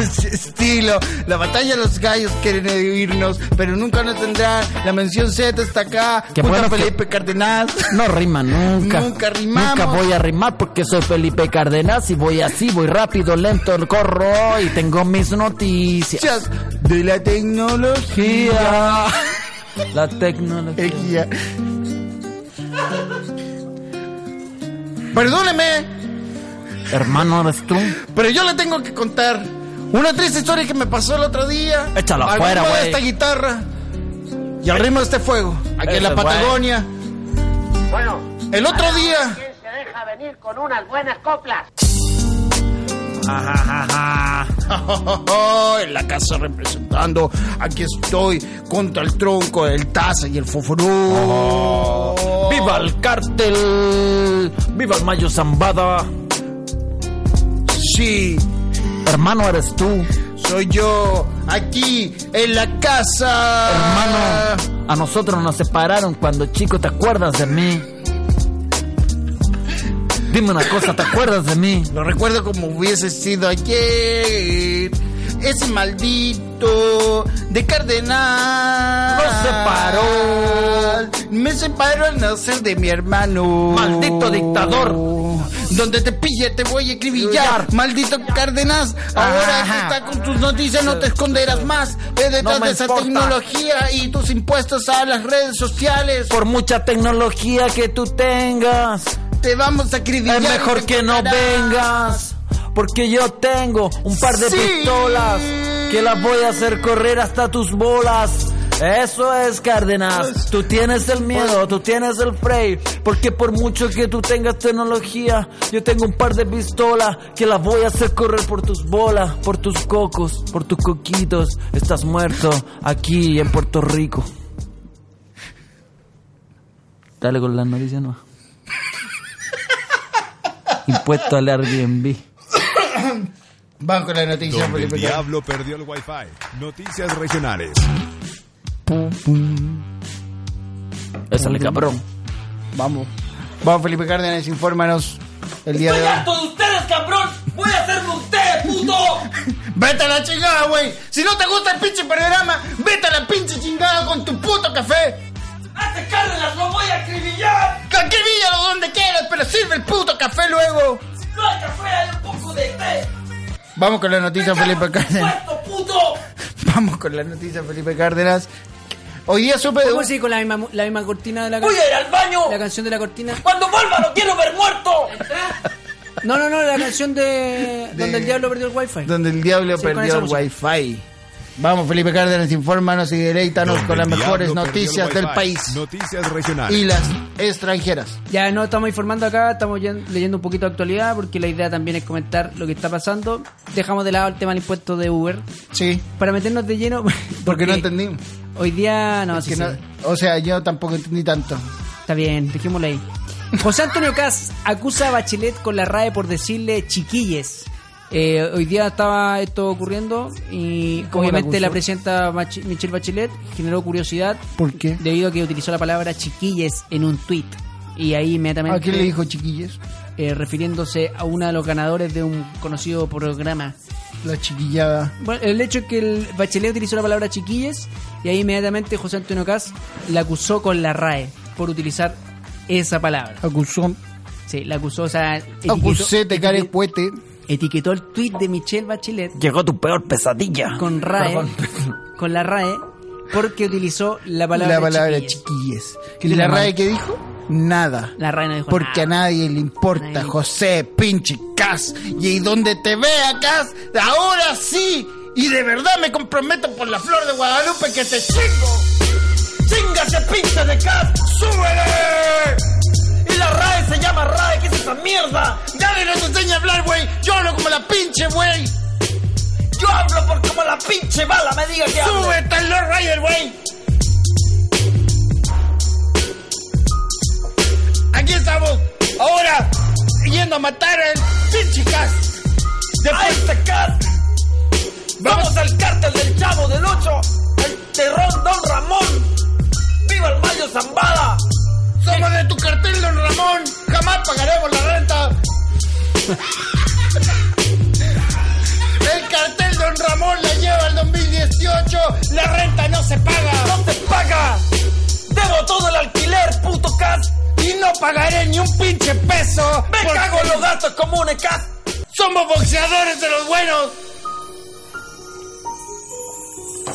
B: Ese Estilo, la batalla de los gallos quieren vivirnos, pero nunca nos tendrán. La mención Z está acá.
C: Qué
B: Junta
C: bueno que-
B: Felipe Cardenal.
C: No rima nunca.
B: Nunca rimamos.
C: Nunca voy a rimar porque soy Felipe Cárdenas y voy así, voy rápido, lento, corro y tengo mis noticias.
B: Gracias de la tecnología.
C: La tecnología.
B: Eh, guía. Perdóneme,
C: Hermano, ¿eres tú?
B: pero yo le tengo que contar una triste historia que me pasó el otro día.
C: Échala
B: al
C: afuera,
B: ritmo de
C: güey.
B: esta guitarra y al ritmo de este fuego. Aquí en la
C: Eso, güey.
B: Patagonia.
G: Bueno,
B: El otro día.
G: ¿quién se deja venir con unas buenas coplas?
B: en la casa representando. Aquí estoy contra el tronco, el taza y el foforú.
C: ¡Viva el cártel! ¡Viva el Mayo Zambada!
B: Sí,
C: Hermano, ¿eres tú?
B: soy yo aquí en la casa.
C: Hermano, a nosotros nos separaron cuando chico, ¿te acuerdas de mí? Dime una cosa, ¿te acuerdas de mí?
B: Lo recuerdo como hubiese sido ayer. Ese maldito de Cardenal.
C: Nos separó.
B: Me separó al nacer de mi hermano.
C: Maldito dictador.
B: Donde te pille te voy a escribillar.
C: Escribillar.
B: Maldito Cárdenas. Ahora
C: Ajá.
B: que está con tus noticias no te esconderás más. Es detrás
C: me
B: de esa
C: importa.
B: tecnología y tus impuestos a las redes sociales.
C: Por mucha tecnología que tú tengas,
B: Te vamos a escribillar.
C: es mejor que no vengas. Porque yo tengo un par de
B: Sí.
C: pistolas que las voy a hacer correr hasta tus bolas. Eso es, Cárdenas. Tú tienes el miedo, tú tienes el frey. Porque por mucho que tú tengas tecnología, yo tengo un par de pistolas que las voy a hacer correr por tus bolas, por tus cocos, por tus coquitos. Estás muerto aquí en Puerto Rico. Dale con las noticias no. Impuesto al Airbnb.
B: Bajo la noticia,
F: Donde el
B: Felipe.
F: diablo perdió el wifi. Noticias regionales.
C: Esa le cabrón.
B: Vamos. Vamos, Felipe Cárdenas, infórmanos el día de hoy.
E: de ustedes, cabrón! ¡Voy a hacerme usted, puto!
B: ¡Vete a la chingada, güey! Si no te gusta el pinche programa, vete a la pinche chingada con tu puto café.
E: ¡Hace Cárdenas, lo voy a acribillar!
B: Escribíalo donde quieras, pero sirve el puto café luego.
E: ¡No hay café, hay un poco de té!
B: Vamos con la noticia, Felipe Cárdenas.
E: puto!
B: Vamos con la noticia, Felipe Cárdenas. Hoy día supe de
D: ¿Cómo
B: un...
D: sigue con la misma, la misma cortina de la
E: ¡Voy
D: canción?
E: a ir al baño!
D: La canción de la cortina.
E: ¡Cuando vuelva lo quiero ver muerto!
D: No, no, no, la canción de. Donde el diablo perdió el wifi.
B: Donde el diablo
D: Sí, con
B: perdió
D: esa
B: el
D: música.
B: wifi. Vamos, Felipe Cárdenas, infórmanos y deleítanos
F: Donde
B: con las
F: el
B: mejores
F: diablo perdió
B: noticias
F: el
B: del
F: wifi.
B: país.
F: Noticias regionales.
B: Y las extranjeras.
D: Ya no estamos informando acá, estamos yen- leyendo un poquito de actualidad porque la idea también es comentar lo que está pasando. Dejamos de lado el tema del impuesto de Uber
B: Sí.
D: para meternos de lleno.
B: Porque no entendí.
D: Hoy día, no,
B: Es que
D: Ah, sí,
B: no-
D: sí.
B: o sea, yo tampoco entendí tanto.
D: Está bien, dejémoslo ahí. José Antonio Cas acusa a Bachelet con la RAE por decirle chiquilles. Eh, hoy día estaba esto ocurriendo y
B: ¿Cómo la
D: obviamente
B: acusó?
D: la presidenta Machi- Michelle Bachelet generó curiosidad
B: ¿Por qué?
D: debido a que utilizó la palabra chiquilles en un tuit. Y ahí inmediatamente...
B: ¿A quién le dijo chiquillas?
D: eh, refiriéndose a uno de los ganadores de un conocido programa.
B: La chiquillada.
D: Bueno, el hecho es que el Bachelet utilizó la palabra chiquilles y ahí inmediatamente José Antonio Cas la acusó con la RAE por utilizar esa palabra.
B: Acusó.
D: Sí, la acusó, o sea,
B: Acusé, te care
D: etiquetó-
B: puete.
D: etiquetó el tweet de Michelle Bachelet
C: Llegó tu peor pesadilla.
D: con RAE, con la RAE, porque utilizó la palabra,
B: la palabra
D: chiquilles.
B: chiquillas.
C: Qué
B: ¿Y la
C: lindo,
B: RAE
C: man.
B: que dijo? Nada.
D: La RAE no dijo
B: Porque a
D: nada.
B: nadie le importa,
D: Nadie.
B: José, pinche Cas. Y ahí donde te vea, Cas, ahora sí. Y de verdad me comprometo por la flor de Guadalupe que te chingo.
E: ¡Chingase pinche de cat! ¡Súbele! Y la RAE se llama RAE, ¿qué es esa mierda?
B: Nadie nos enseña a hablar, güey. Yo hablo como la pinche, güey.
E: Yo hablo por como la pinche bala me diga que hablo.
B: Súbete al Lord Rider, güey. Aquí estamos, ahora, yendo a matar al pinche Cas.
E: ¡A este cat! ¡Vamos al cártel del Chavo del Ocho! ¡Al terrón Don Ramón! ¡Viva el Mayo Zambada!
B: Somos de tu cartel, don Ramón. Jamás pagaremos la renta.
E: La renta no se paga. No se paga. Debo todo el alquiler, puto cas. Y no pagaré ni un pinche peso. Me cago en los gastos comunes, cas. Somos boxeadores de los buenos.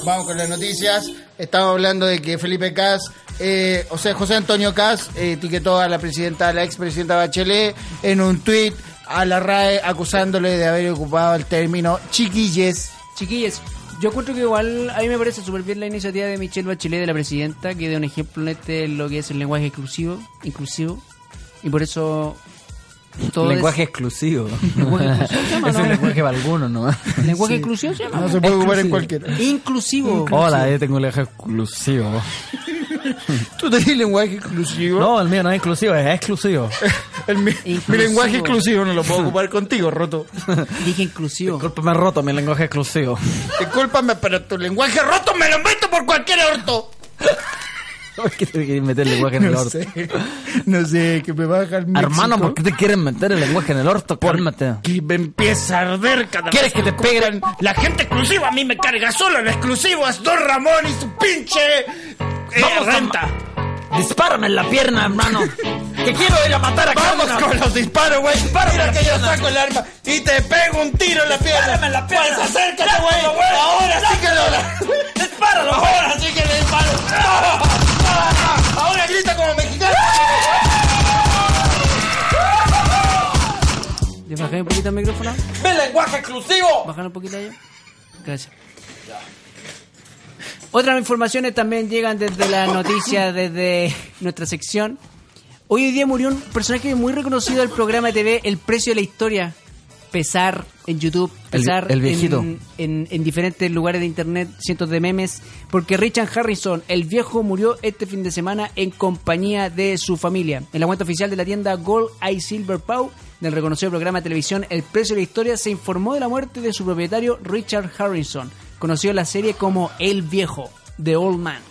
B: Vamos con las noticias. Estamos hablando de que Felipe Cas, eh, o sea, José Antonio Cas, eh, etiquetó a la presidenta, a la expresidenta Bachelet en un tuit a la RAE acusándole de haber ocupado el término chiquilles.
D: Chiquillas, yo encuentro que igual a mí me parece súper bien la iniciativa de Michelle Bachelet, de la presidenta, que dé un ejemplo en este lo que es el lenguaje exclusivo, inclusivo, y por eso todo
C: lenguaje exclusivo.
D: Lenguaje exclusivo se llama,
C: es un
D: ¿no?
C: lenguaje para algunos, ¿no?
D: es, lenguaje exclusivo se llama.
B: No se puede ocupar en cualquiera.
D: Inclusivo.
C: Hola, yo tengo un lenguaje exclusivo.
B: ¿Tú tenés lenguaje exclusivo?
C: No, el mío no es exclusivo, es exclusivo.
B: El mi, mi
D: Inclusivo.
B: lenguaje exclusivo no lo puedo ocupar contigo, roto.
D: Dije inclusivo.
C: me roto mi lenguaje exclusivo.
B: Discúlpame, pero tu lenguaje roto me lo meto por cualquier orto.
C: ¿Por qué te quieren meter el lenguaje en el
B: No
C: orto?
B: sé, no sé, que me baja el México.
C: Hermano, ¿por qué te quieren meter el lenguaje en el orto? Cálmate.
B: Que me empieza a arder cada
C: ¿Quieres que te
B: peguen?
E: La gente exclusiva a mí me carga solo. El exclusivo es Don Ramón y su pinche. eh, renta.
C: Dispárame en la pierna, hermano.
E: Que quiero ir a matar a
B: Vamos
E: Cárdenas.
B: con los disparos, güey. Mira que yo saco el arma y te pego un tiro en la pierna.
E: Dispárame en la pierna.
B: Pues acércate, güey.
E: Lázalo, güey.
B: Ahora sí que lo.
E: Dispáralo.
B: Ahora sí que le disparo. Ah, ah, ah. Ahora grita como mexicano.
D: ¿Le bajé un poquito el micrófono?
E: ¡El lenguaje exclusivo!
D: Bajar un poquito allá. Gracias. Otras informaciones también llegan desde la noticia, desde nuestra sección. Hoy en día murió un personaje muy reconocido del programa de TV, El Precio de la Historia. Pesar en YouTube,
C: El-
D: pesar
C: el viejito.
D: En, en- en diferentes lugares de internet, cientos de memes. Porque Richard Harrison, el viejo, murió este fin de semana en compañía de su familia. En la cuenta oficial de la tienda Gold Eye Silver Pau, del reconocido programa de televisión El Precio de la Historia, se informó de la muerte de su propietario Richard Harrison, conocido en la serie como El Viejo, The Old Man.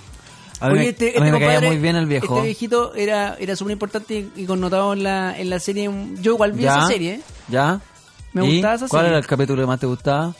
C: A mí,
D: Oye, este-
C: me- a mí me caía
D: compadre,
C: muy bien el viejo.
D: Este viejito era, era súper importante y connotado en la, en la serie. Yo igual vi esa serie.
C: ¿Ya?
D: Me
C: ¿Y
D: gustaba esa
C: ¿Cuál
D: serie.
C: era el capítulo que más te gustaba?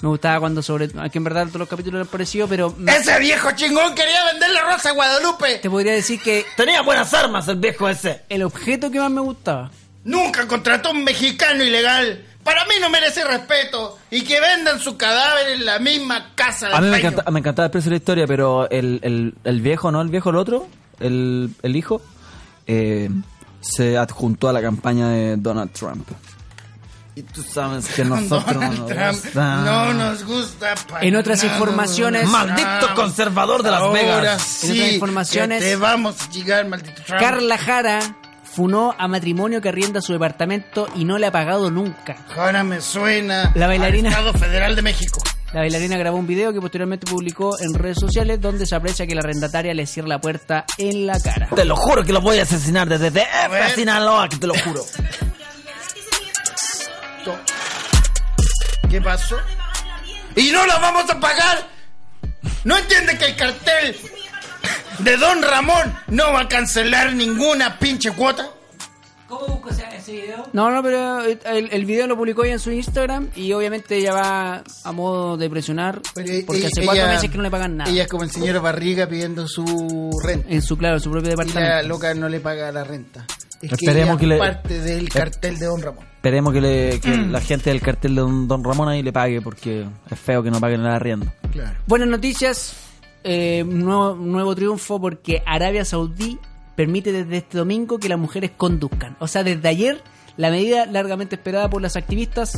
D: Me gustaba cuando sobre... Aquí en verdad todos los capítulos eran parecidos, pero... me-
B: Ese viejo chingón quería vender la rosa a Guadalupe.
D: Te podría decir que
C: Tenía buenas armas el viejo ese.
D: el objeto que más me gustaba...
B: Nunca contrató un mexicano ilegal. Para mí no merece respeto. Y que vendan su cadáver en la misma casa de
C: A mí me,
B: empeño.
C: encanta- me encantaba el precio de la historia, pero el, el, el viejo, ¿no? El viejo, el otro, el, el hijo, eh, se adjuntó a la campaña de Donald Trump. Y tú sabes que nosotros
B: Donald
C: no nos
B: Trump
C: gusta.
B: no nos gusta. para
D: En otras
B: nada.
D: informaciones-
C: Maldito conservador de Las
B: Ahora
C: Vegas.
B: sí,
D: En otras
B: que
D: informaciones-
B: te vamos a llegar, maldito Trump.
D: Carla Jara funó a matrimonio que arrienda su departamento y no le ha pagado nunca.
B: Ahora me suena.
D: La bailarina.
B: al Estado Federal de México.
D: La bailarina grabó un video que posteriormente publicó en redes sociales donde se aprecia que la arrendataria le cierra la puerta en la cara.
C: Te lo juro que lo voy a asesinar desde DF Sinaloa, que te lo juro.
B: ¿Qué pasó? ¡Y no la vamos a pagar! ¿No entiende que el cartel de Don Ramón no va a cancelar ninguna pinche cuota?
D: No, no, pero eh, el, el video lo publicó ella en su Instagram y obviamente ella va a modo de presionar porque hace cuatro meses que no le pagan nada.
B: Ella es como el señor Barriga pidiendo su renta.
D: En su, claro, su propio
B: Y la
D: departamento.
B: loca no le paga la renta. Es
C: Esperemos
B: que,
C: que
B: ella
C: le- Eh,
B: es parte del cartel de Don Ramón.
C: Esperemos que, le- que
B: Mm.
C: la gente del cartel de Don, Don Ramón ahí le pague, porque es feo que no paguen la arriendo.
B: Claro.
D: Buenas noticias, eh, nuevo, nuevo triunfo porque Arabia Saudí permite desde este domingo que las mujeres conduzcan. O sea, desde ayer la medida largamente esperada por las activistas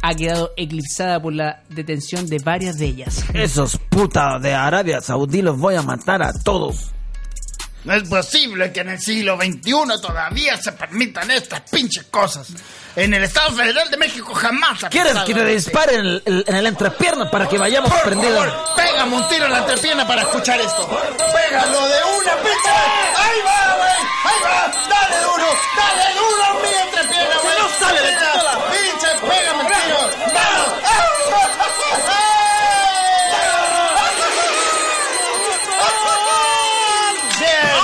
D: ha quedado eclipsada por la detención de varias de ellas.
C: Esos putas de Arabia Saudí los voy a matar a todos.
B: No es posible que en el siglo XXI todavía se permitan estas pinches cosas. En el Estado Federal de México jamás ha
C: ¿Quieres
B: pasado
C: que te
B: algo así.
C: disparen en el, en- en el entrepierna para que vayamos
B: Por
C: prendidos?
B: favor, pégame un tiro en la entrepierna para escuchar esto. Pégalo de una pinche. vez. Ahí va, güey. Ahí va. Dale duro. Dale duro a mi entrepierna, güey.
E: no sale de
B: Venga,
E: todas.
B: Pinche, pégame un tiro. Vamos. Bien.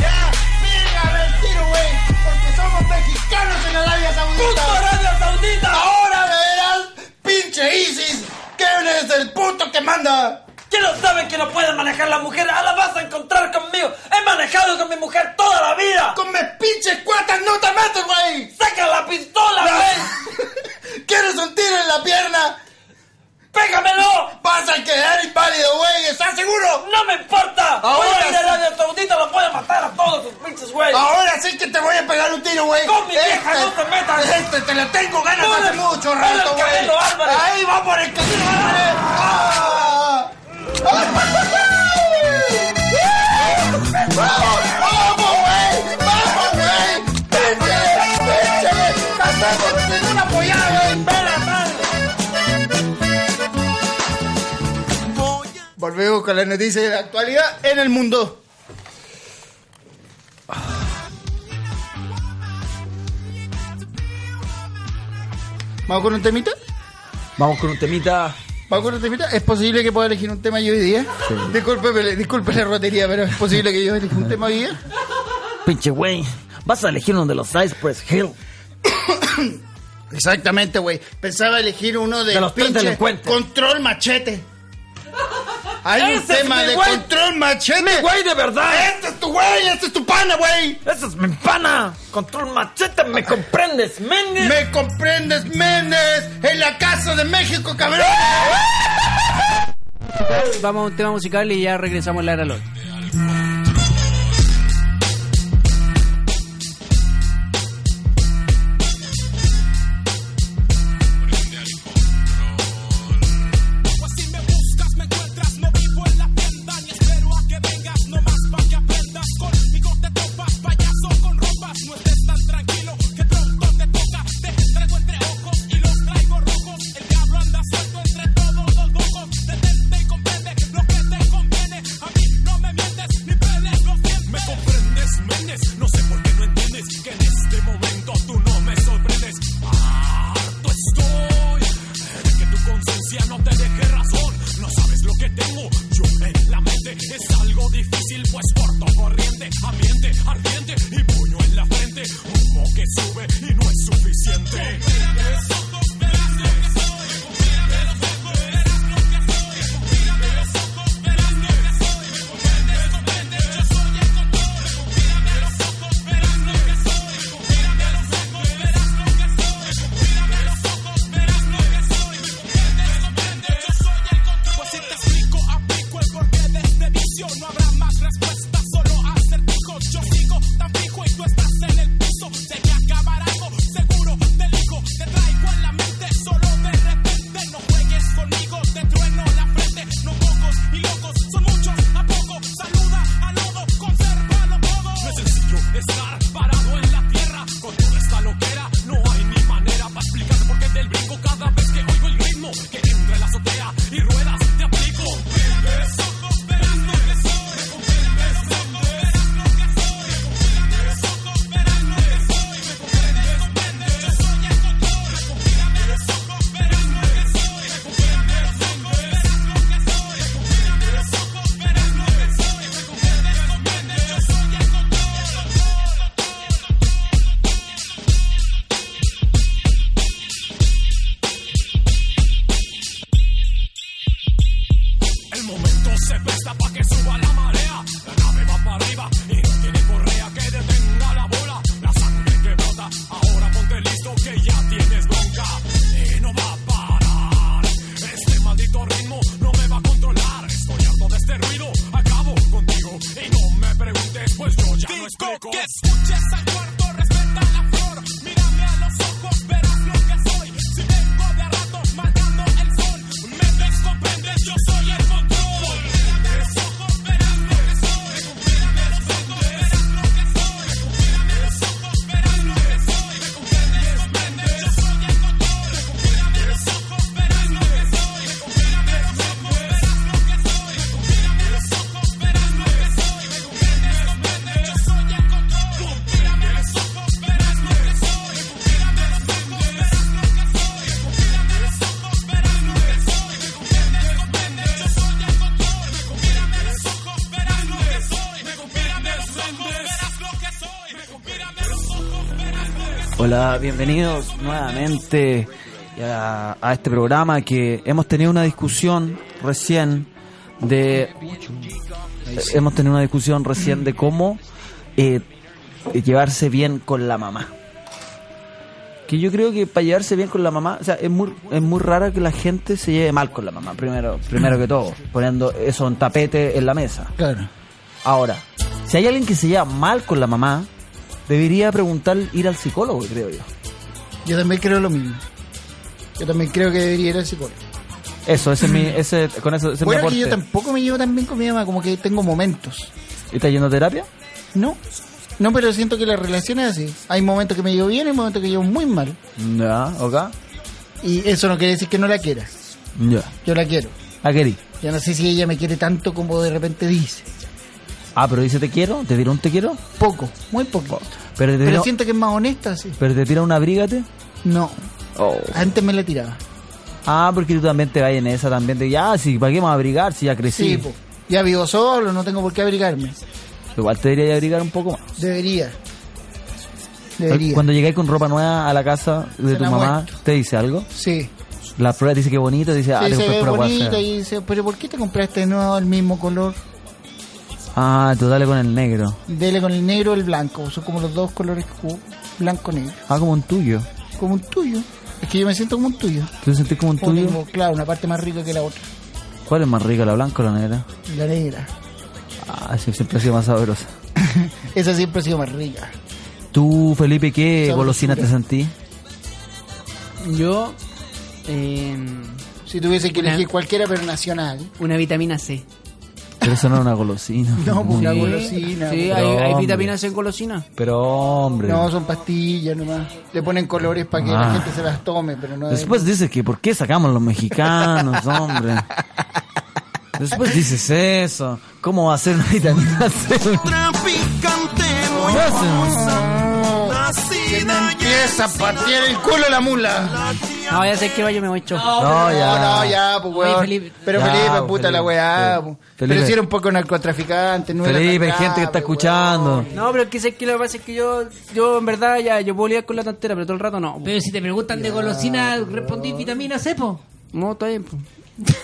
B: Ya, pégame el tiro, güey. Porque somos mexicanos en Arabia Saudita.
E: ¡Puto Arabia Saudita!
B: Ahora verás, pinche ISIS, que
E: saben que no pueden manejar las mujeres, ahora vas a encontrar conmigo. He manejado con mi mujer toda la vida.
B: ¡Con mis pinches cuatas no te metes, güey!
E: ¡Saca la pistola, güey!
B: ¿Quieres un tiro en la pierna?
E: ¡Pégamelo!
B: ¡Vas a quedar inválido, güey! ¿Estás seguro?
E: ¡No me importa!
B: Ahora
E: Voy a
B: sí.
E: ir a Arabia Saudita, lo puede matar a todos sus pinches, güey.
B: Ahora sí que te voy a pegar un tiro, güey.
E: Con mi vieja no te metas.
B: Este te lo tengo ganas
E: Ponle-
B: hace mucho
E: ponle el
B: rato, güey.
E: Canelo Álvarez.
B: Ahí va por el camino, Álvarez. ¡Ah! ¡Vamos, vamos, güey! ¡Vamos, güey! ¡Pinche, pinche! ¡Hacemos ninguna apoyada, güey! ¡Ven a Volvemos con las noticias de la actualidad en el mundo. ¿Vamos con un temita?
C: Vamos con un temita.
B: ¿Vamos con un temita? ¿Es posible que pueda elegir un tema yo hoy día? Disculpe, disculpe la rotería, pero ¿es posible que yo elija un tema hoy día?
C: Pinche güey, vas a elegir uno de los Cypress Hill.
B: Exactamente, güey. Pensaba elegir uno de,
C: De los tres
B: pinche
C: delincuentes.
B: Control Machete. Hay un
E: Ese es
B: tema
E: mi
B: de
E: güey.
B: Control Machete.
E: ¡Güey, de verdad!
B: Este es tu güey, este es tu pana, güey.
E: ¡Esa es mi pana! ¡Control machete, me comprendes, men!
B: Me comprendes, Méndez, en la casa de México, cabrón.
D: Vamos a un tema musical y ya regresamos a la era LOL.
C: Hola, bienvenidos nuevamente a, a este programa que hemos tenido una discusión recién de hemos tenido una discusión recién de cómo eh, llevarse bien con la mamá. Que yo creo que para llevarse bien con la mamá, o sea, es muy, es muy raro que la gente se lleve mal con la mamá, primero, primero que todo, poniendo eso en tapete en la mesa.
B: Claro.
C: Ahora, si hay alguien que se lleva mal con la mamá, debería preguntar, ir al psicólogo, creo yo.
B: Yo también creo lo mismo. Yo también creo que debería ir al psicólogo.
C: Eso, ese es mi, ese, con eso, ese es mi
B: Bueno, que
C: aporte.
B: yo tampoco me llevo tan bien con mi mamá, como que tengo momentos.
C: ¿Estás yendo a terapia?
B: No. No, pero siento que la relación es así. Hay momentos que me llevo bien y momentos que llevo muy mal.
C: Ya, ok.
B: Y eso no quiere decir que no la quiera.
C: Ya. Ah,
B: Yo la quiero.
C: ¿A qué di?
B: Yo no sé si ella me quiere tanto como de repente dice.
C: Ah, pero dice te quiero, te tira un te quiero,
B: Poco, muy poco.
C: pero te tira,
B: Pero siento que es más honesta, sí.
C: pero te tira un abrígate.
B: No,
C: Oh.
B: antes me la tiraba.
C: Ah, porque tú también te vas en esa también de ya, sí, ¿para qué más abrigar si ya crecí?
B: Sí, po. ya vivo solo, no tengo por qué abrigarme.
C: Igual te debería abrigar un poco más.
B: Debería. Debería.
C: Cuando llegáis con ropa nueva a la casa de
B: Se
C: tu
B: la
C: mamá,
B: muestro.
C: ¿te dice algo?
B: Sí.
C: La prueba dice que bonito, dice, ah,
B: Sí, se
C: te compré
B: ve
C: pura hueá
B: bonita
C: fea.
B: y dice, pero ¿por qué te compraste no el mismo color?
C: Ah, tú dale con el negro.
B: Dele con el negro o el blanco. Son como los dos colores cu- blanco-negro.
C: Ah, como un tuyo.
B: Como un tuyo. Es que yo me siento como un tuyo.
C: ¿Tú te sentís como un
B: O
C: tuyo?
B: tengo, claro, una parte más rica que la otra.
C: ¿Cuál es más rica, la blanca o la negra?
B: La negra.
C: Ah, sí, siempre ha sido más sabrosa.
B: Esa siempre ha sido más rica.
C: Tú, Felipe, ¿qué
B: Sabrosura.
C: golosina te sentí?
D: Yo, em,
B: Si tuviese que
D: Una-
B: elegir cualquiera, pero nacional.
D: una vitamina C.
C: Pero eso no era una golosina.
B: No, pues,
C: Mm.
B: La
D: Sí,
B: golosina,
D: Sí,
C: pero
D: hay, hay
C: hombre.
D: vitamina C en golosina.
C: Pero hombre.
B: No, son pastillas nomás. Le ponen colores para que
C: Ah.
B: la gente se las tome, pero no es-
C: Después dices que por qué sacamos los mexicanos, hombre. Después dices eso. ¿Cómo va a ser una vitamina C?
B: Que no empieza a partir el culo la mula.
D: No, ya sé que vaya me voy yo.
C: No, Oh, ya.
B: No, no, ya, pues,
D: Oye,
B: weón.
D: Felipe.
B: Pero
C: Ya,
B: Felipe,
C: pues,
B: puta la
C: Felipe.
B: weá.
C: Sí.
B: pues.
C: Felipe.
B: Pero si era un poco narcotraficante, no era
C: Felipe,
B: tan
C: hay gente que
B: grave,
C: está escuchando.
B: weón.
D: No, pero es que sé que lo que pasa es que yo, yo en verdad ya, yo puedo lidiar con la tontera, pero todo el rato no.
H: Pero si te preguntan de golosina, respondí vitamina C, po.
D: No, está bien. po.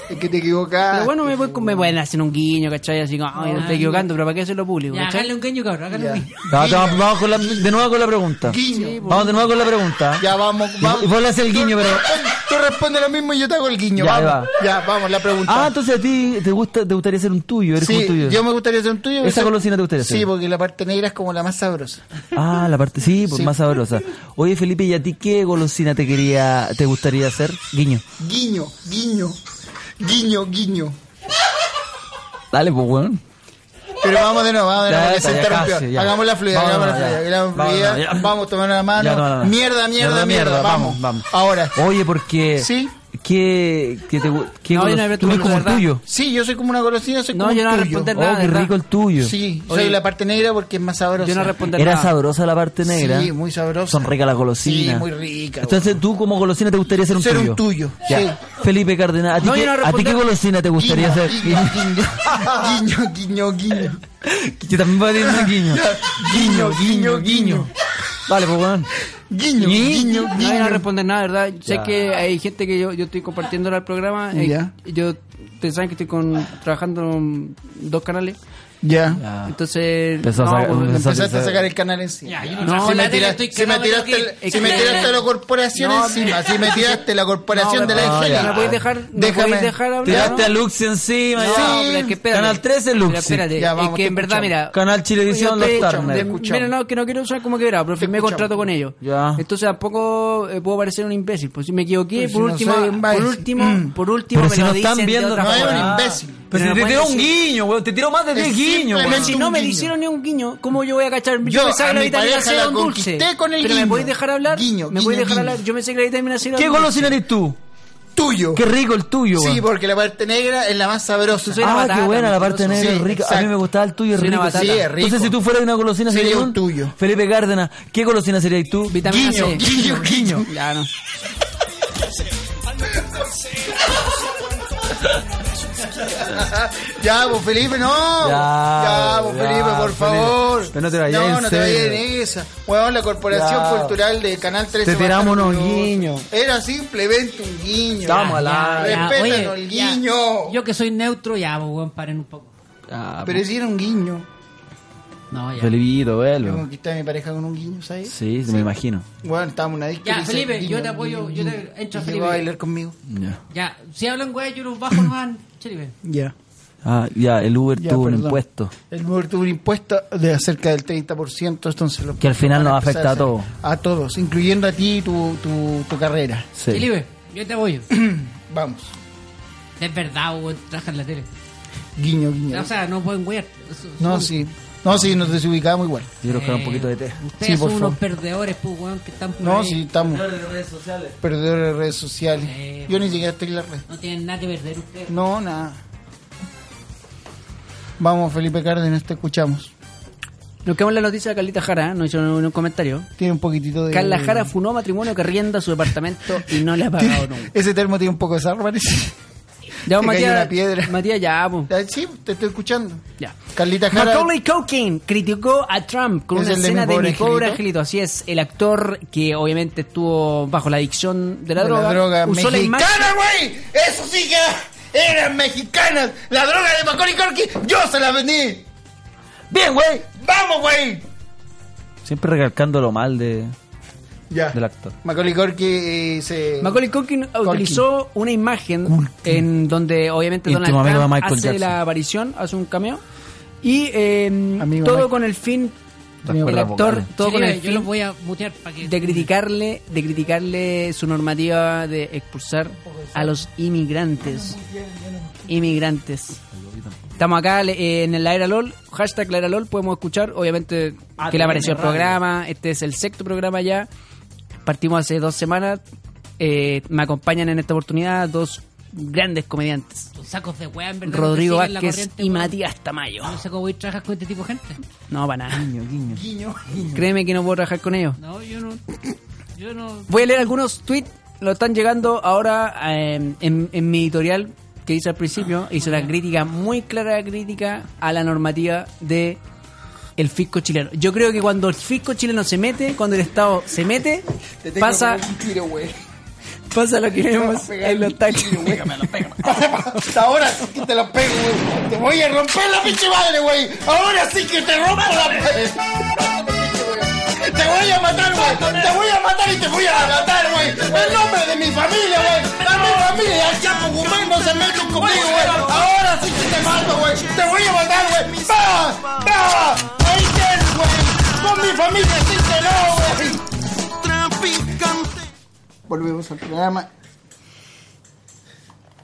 B: Es que te equivocas.
C: Ah.
D: Pero bueno, me, voy, con- me pueden hacer un guiño, ¿cachai? Así como, ay, me estoy equivocando, pero ¿para qué hacerlo público?
H: Ya,
D: ¿cachai?
H: hágale un guiño, cabrón, hágale un guiño.
C: No, te vamos, vamos con la- de nuevo con la pregunta.
B: Guiño.
C: Vamos de nuevo con la pregunta.
B: Ya vamos,
C: Y,
B: vamos.
C: y vos le haces el guiño, pero...
B: Tú respondes lo mismo y yo te hago el guiño.
C: Ya,
B: vamos.
C: ahí va.
B: Ya, vamos, la pregunta.
C: Ah, entonces a ti te, gusta, te gustaría ser un tuyo, eres como
B: sí,
C: un tuyo.
B: yo me gustaría ser un tuyo.
C: Esa
B: pero-
C: golosina te gustaría
B: Sí,
C: ser.
B: porque la parte negra es como la más sabrosa.
C: Ah, la parte... Sí, pues
B: Sí.
C: más sabrosa. Oye, Felipe, ¿y a ti qué golosina te quería, te gustaría hacer? Guiño.
B: Guiño, guiño, guiño, guiño.
C: Dale, pues, weón.
B: Pero vamos de nuevo, vamos de
C: Ya,
B: nuevo, que
C: ya,
B: se
C: ya,
B: interrumpió.
C: casi, ya.
B: Hagamos la fluida,
C: Vámonos,
B: hagamos la
C: ya.
B: fluida, hagamos la
C: Vámonos,
B: fluida.
C: ya.
B: Vamos, tomando la mano.
C: Ya, toma la mano.
B: Mierda, mierda, mierda, Vamos, vamos. Ahora,
C: Oye, porque.
B: Sí.
C: ¿Qué, qué te gu- qué
D: No, yo no
C: golos-
D: me
C: tú eres
D: tomo,
C: como
D: la
C: el
D: verdad.
C: tuyo?
B: sí, yo soy como una golosina, soy
D: No,
B: como
D: yo
B: un
D: no voy a
B: tuyo.
D: responder.
C: Oh,
D: Verdad,
C: qué
D: verdad.
C: rico el tuyo.
B: Sí,
D: Oye.
B: soy la parte negra porque es más sabrosa.
D: Yo no respondo
C: Era
D: nada.
C: sabrosa la parte negra.
B: Sí, muy sabrosa.
C: Son ricas las golosinas.
B: Sí, muy rica,
C: Entonces, tú como golosina te gustaría ser un
B: Ser
C: tuyo.
B: un tuyo,
C: Ya.
B: sí.
C: Felipe Cardenal, ¿a ti,
D: No,
C: qué,
D: yo no voy a
C: a ti qué
D: responder.
C: golosina te gustaría
B: Guiño,
C: ser?
B: guiño, guiño, guiño, guiño, guiño.
C: Yo también voy a decir un guiño.
B: Guiño, guiño, guiño.
C: Dale, pues, weón.
B: Guiño, guiño,
D: No, yo no
B: guiño.
D: responden nada, ¿verdad? Sé
C: Ya.
D: que hay gente que yo, yo estoy compartiendo ahora el programa. eh,
B: Ya.
D: Yo, ustedes saben que estoy con, trabajando en dos canales.
B: Ya.
D: Entonces,
C: Ah. Empezó a sacar-
D: pues,
C: empezó
B: Empezaste a sacar el canal encima.
H: Ya, yo
D: No,
H: no, trabajo
D: si
H: en
D: me
H: la tele,
B: Tira-
H: estoy
B: si me
H: cagado, pero
B: tiraste,
H: que-
B: si me
H: que-
B: tiraste la corporación
D: No,
B: encima, si me tiraste la corporación
D: No,
B: de la
D: pero-
B: Angélica.
D: ¿Me podéis dejar- me podéis dejar hablar?
C: Tiraste
D: no.
C: a Lux encima.
D: No,
C: ya.
D: pero es que espérate.
C: Canal 13
D: Pero
C: Lux.
D: espérate,
B: Ya, vamos,
D: es que
B: te
D: en verdad,
B: escuchamos.
D: mira.
C: Canal Chilevisión
D: yo
C: Los
D: te-
C: Turner.
B: escuchamos.
D: Mira, no, que no quiero usar como quebrado, pero firmé
B: escuchamos.
D: contrato con ellos.
C: Ya.
D: Entonces tampoco eh, puedo parecer un imbécil. Pues si me equivoqué,
B: Pero
D: por,
B: si no
D: último,
B: soy imbécil.
D: por último, por último,
C: Mm. Pero
D: me
C: si
D: lo
C: no están
D: dicen de
C: viendo
D: otra
B: No, es
D: forma.
B: un
C: Ah,
B: imbécil.
C: Pero
D: Pero
C: si te
D: no
C: tiró
D: pueden
C: un guiño, weón. Te tiró más de
B: Es
C: 10 guiños,
B: simplemente
C: weón.
D: Pero si
B: un
D: no me
B: guiño.
D: hicieron ni un guiño, ¿cómo yo voy a cachar?
B: Yo
D: me sé
B: a
D: que la
B: mi
D: vitamina
B: pareja
D: C
B: la
D: es un dulce.
B: conquisté con el
D: Pero me
B: guiño.
D: podéis dejar hablar.
B: Guiño,
D: me
B: guiño,
D: podéis dejar
B: guiño.
D: hablar. Yo me sé que la vitamina C era
C: ¿Qué
D: un dulce.
C: golosina eres tú?
B: Tuyo.
C: Qué rico el tuyo, weón.
B: Sí, porque la parte negra es la más sabrosa.
D: soy una
C: ah,
D: batata,
C: qué buena la
D: mentiroso.
C: parte negra,
B: Sí,
C: es rica. A mí
B: exacto.
C: me gustaba el tuyo, es
D: Soy una
C: rico.
D: batata. Sí,
B: es rico.
C: Entonces, si tú fueras una golosina,
B: Sería
C: serías
B: un tuyo.
C: Felipe Cárdenas, ¿qué golosina serías tú?
D: Vitamina
B: Ah, Guiño,
D: C.
B: guiño, guiño.
D: Ya no.
B: Ya, vos Felipe, no.
C: Ya,
B: Ya, vos
C: ya,
B: Felipe, por
C: Felipe.
B: favor.
C: Pero no te vayas
B: No,
C: en
B: no te vayas
C: serio.
B: en esa. Weón, la Corporación
C: Ya.
B: Cultural de Canal 13.
C: Te
B: va a estar
C: tiramos unos
B: orgullosa.
C: guiños.
B: Era simplemente un guiño.
C: Estamos al
H: Ah, Ya,
C: aire.
H: ya,
B: Respétanos, el
H: ya.
B: guiño.
H: Yo que soy neutro, ya, pues, weón, paren un poco.
C: Ah,
B: Pero si era un guiño.
H: No, ya.
C: Felipito,
B: Yo
C: vuelve.
B: conquisté a mi pareja con un guiño, ¿sabes?
C: Sí, me imagino.
B: Bueno, estábamos en una disco.
H: Ya,
B: y le hice
H: Felipe,
B: guiño,
H: yo te apoyo,
B: guiño,
H: yo te-
B: guiño.
H: entra,
B: Y
H: Felipe.
B: llegó a bailar conmigo.
C: Ya.
H: Ya, si hablan, weón, yo los bajo nomás, Felipe.
B: Ya.
C: Ah, ya, el Uber
B: Ya,
C: tuvo un
B: perdón.
C: impuesto.
B: El Uber tuvo un impuesto de cerca del 30%, entonces lo
C: Que al final
B: van
C: nos
B: empezar
C: afecta a todos.
B: A todos, incluyendo a ti y tu, tu, tu carrera.
C: Sí.
H: Felipe, yo te apoyo.
B: Vamos.
H: es verdad, weón, trabaja en la tele.
B: Guiño, guiño.
H: O sea, no pueden wear.
B: No, sí. No, sí, nos desubicamos igual.
C: Yo creo que era un poquito de té.
H: Ustedes
B: Sí, por
H: son unos
B: favor.
H: perdedores, pues, weón, que están por
B: No,
H: ahí.
B: sí, estamos
C: redes sociales.
B: perdedores de redes sociales.
H: Eh,
B: Yo ni siquiera estoy en la red.
H: No tienen nada que perder ustedes.
B: No, nada. Vamos, Felipe Cárdenas, te escuchamos.
D: Nos quedamos en la noticia de Carlita Jara, ¿eh? nos hicieron un, un comentario.
B: Tiene un poquitito de...
D: Carla Jara funó matrimonio que rienda su departamento y no le ha pagado nunca.
B: Ese termo tiene un poco de sarro, parece.
D: Ya,
B: Te cayó una piedra.
D: Matías, ya, po.
B: Ah, Sí, te estoy escuchando.
D: Ya.
B: Carlita Jara...
D: Macaulay Culkin criticó a Trump con
B: ¿Es
D: una
B: el de
D: escena
B: Mi
D: de Mi
B: Pobre
D: Pobre
B: Angelito?
D: Angelito. Así es, el actor que obviamente estuvo bajo la adicción de la
B: De
D: droga,
B: la droga
D: usó la imagen.
B: mexicana, güey. Eso sí que eran mexicanas. La droga de Macaulay Culkin, yo se la vendí. Bien, güey. Vamos, güey.
C: Siempre recalcando lo mal de,
B: Ya.
C: del actor.
B: Macaulay Culkin eh, se
D: Macaulay Culkin utilizó una imagen en donde obviamente Donald
C: Íntimo amigo de
D: Trump
C: Michael
D: hace
C: Jackson.
D: la aparición, hace un cameo y eh,
B: Amigo
D: todo
B: Michael.
D: con el fin
C: Las
D: el
C: cuerdas
D: actor
C: vocales.
D: todo con el
H: Felipe, yo
D: fin
H: los voy a mutear para que.
D: de criticarle de criticarle su normativa de expulsar a los inmigrantes inmigrantes estamos acá le- eh, en el Aira LOL hashtag la Era LOL podemos escuchar obviamente que le apareció el programa este es el sexto programa ya partimos hace dos semanas eh, me acompañan en esta oportunidad dos grandes comediantes
H: Los sacos de weón, en verdad.
D: Rodrigo
H: que siguen la
D: Vázquez y
H: corriente, weón.
D: Matías Tamayo
H: No sé cómo voy a trabajar con este tipo de gente.
D: no para nada
B: guiño.
D: créeme que no puedo trabajar con ellos
H: No, yo no. Yo no.
D: Voy a leer algunos tweets. Lo están llegando ahora eh, en, en mi editorial que hice al
B: Ah,
D: principio. Hice una crítica muy clara crítica a la normativa de el fisco chileno. Yo creo que cuando el fisco chileno se mete, cuando el Estado se mete,
B: Te tengo
D: pasa,
B: que poner un tiro, güey.
D: pasa lo que vemos
B: pegar
D: en los taxis.
B: Hasta ahora sí que te la pego, güey. Te voy a romper la pinche madre, güey. Ahora sí que te rompo la Te voy a matar, güey. Te voy a matar y te voy a matar, güey. En nombre de mi familia, güey. A mi familia, al Chapo Guzmán no se meten conmigo, güey. Ahora sí que te mato, güey. Te voy a matar, güey. ¡Pa! ¡Pa! ¡Ahí tienes, güey! Con mi familia sí que no, güey. Volvemos al programa.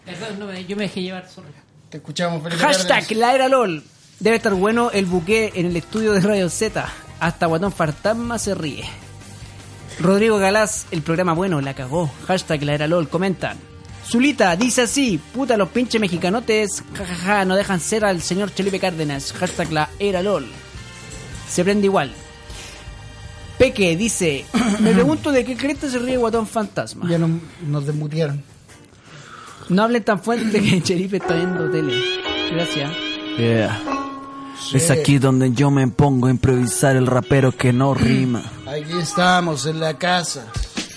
H: Perdón, no, me- yo me dejé llevar, sorry.
B: Te escuchamos, Felipe. Cárdenas.
D: Hashtag la era LOL. Debe estar bueno el buque en el estudio de Radio Z. Hasta Guatón Fantasma se ríe. Rodrigo Galás, el programa bueno, la cagó. Hashtag la era LOL, comentan. Zulita dice así, puta los pinches mexicanotes, jajaja, no dejan ser al señor Felipe Cárdenas. Hashtag la era LOL. Se prende igual. Peque dice, me pregunto de qué cresta se ríe Guatón Fantasma.
B: Ya nos, nos desmutearon.
D: No hablen tan fuerte que Cheripe está viendo tele. Gracias.
C: Yeah. Es aquí donde yo me pongo a improvisar el rapero que no rima.
B: Aquí estamos, en la casa.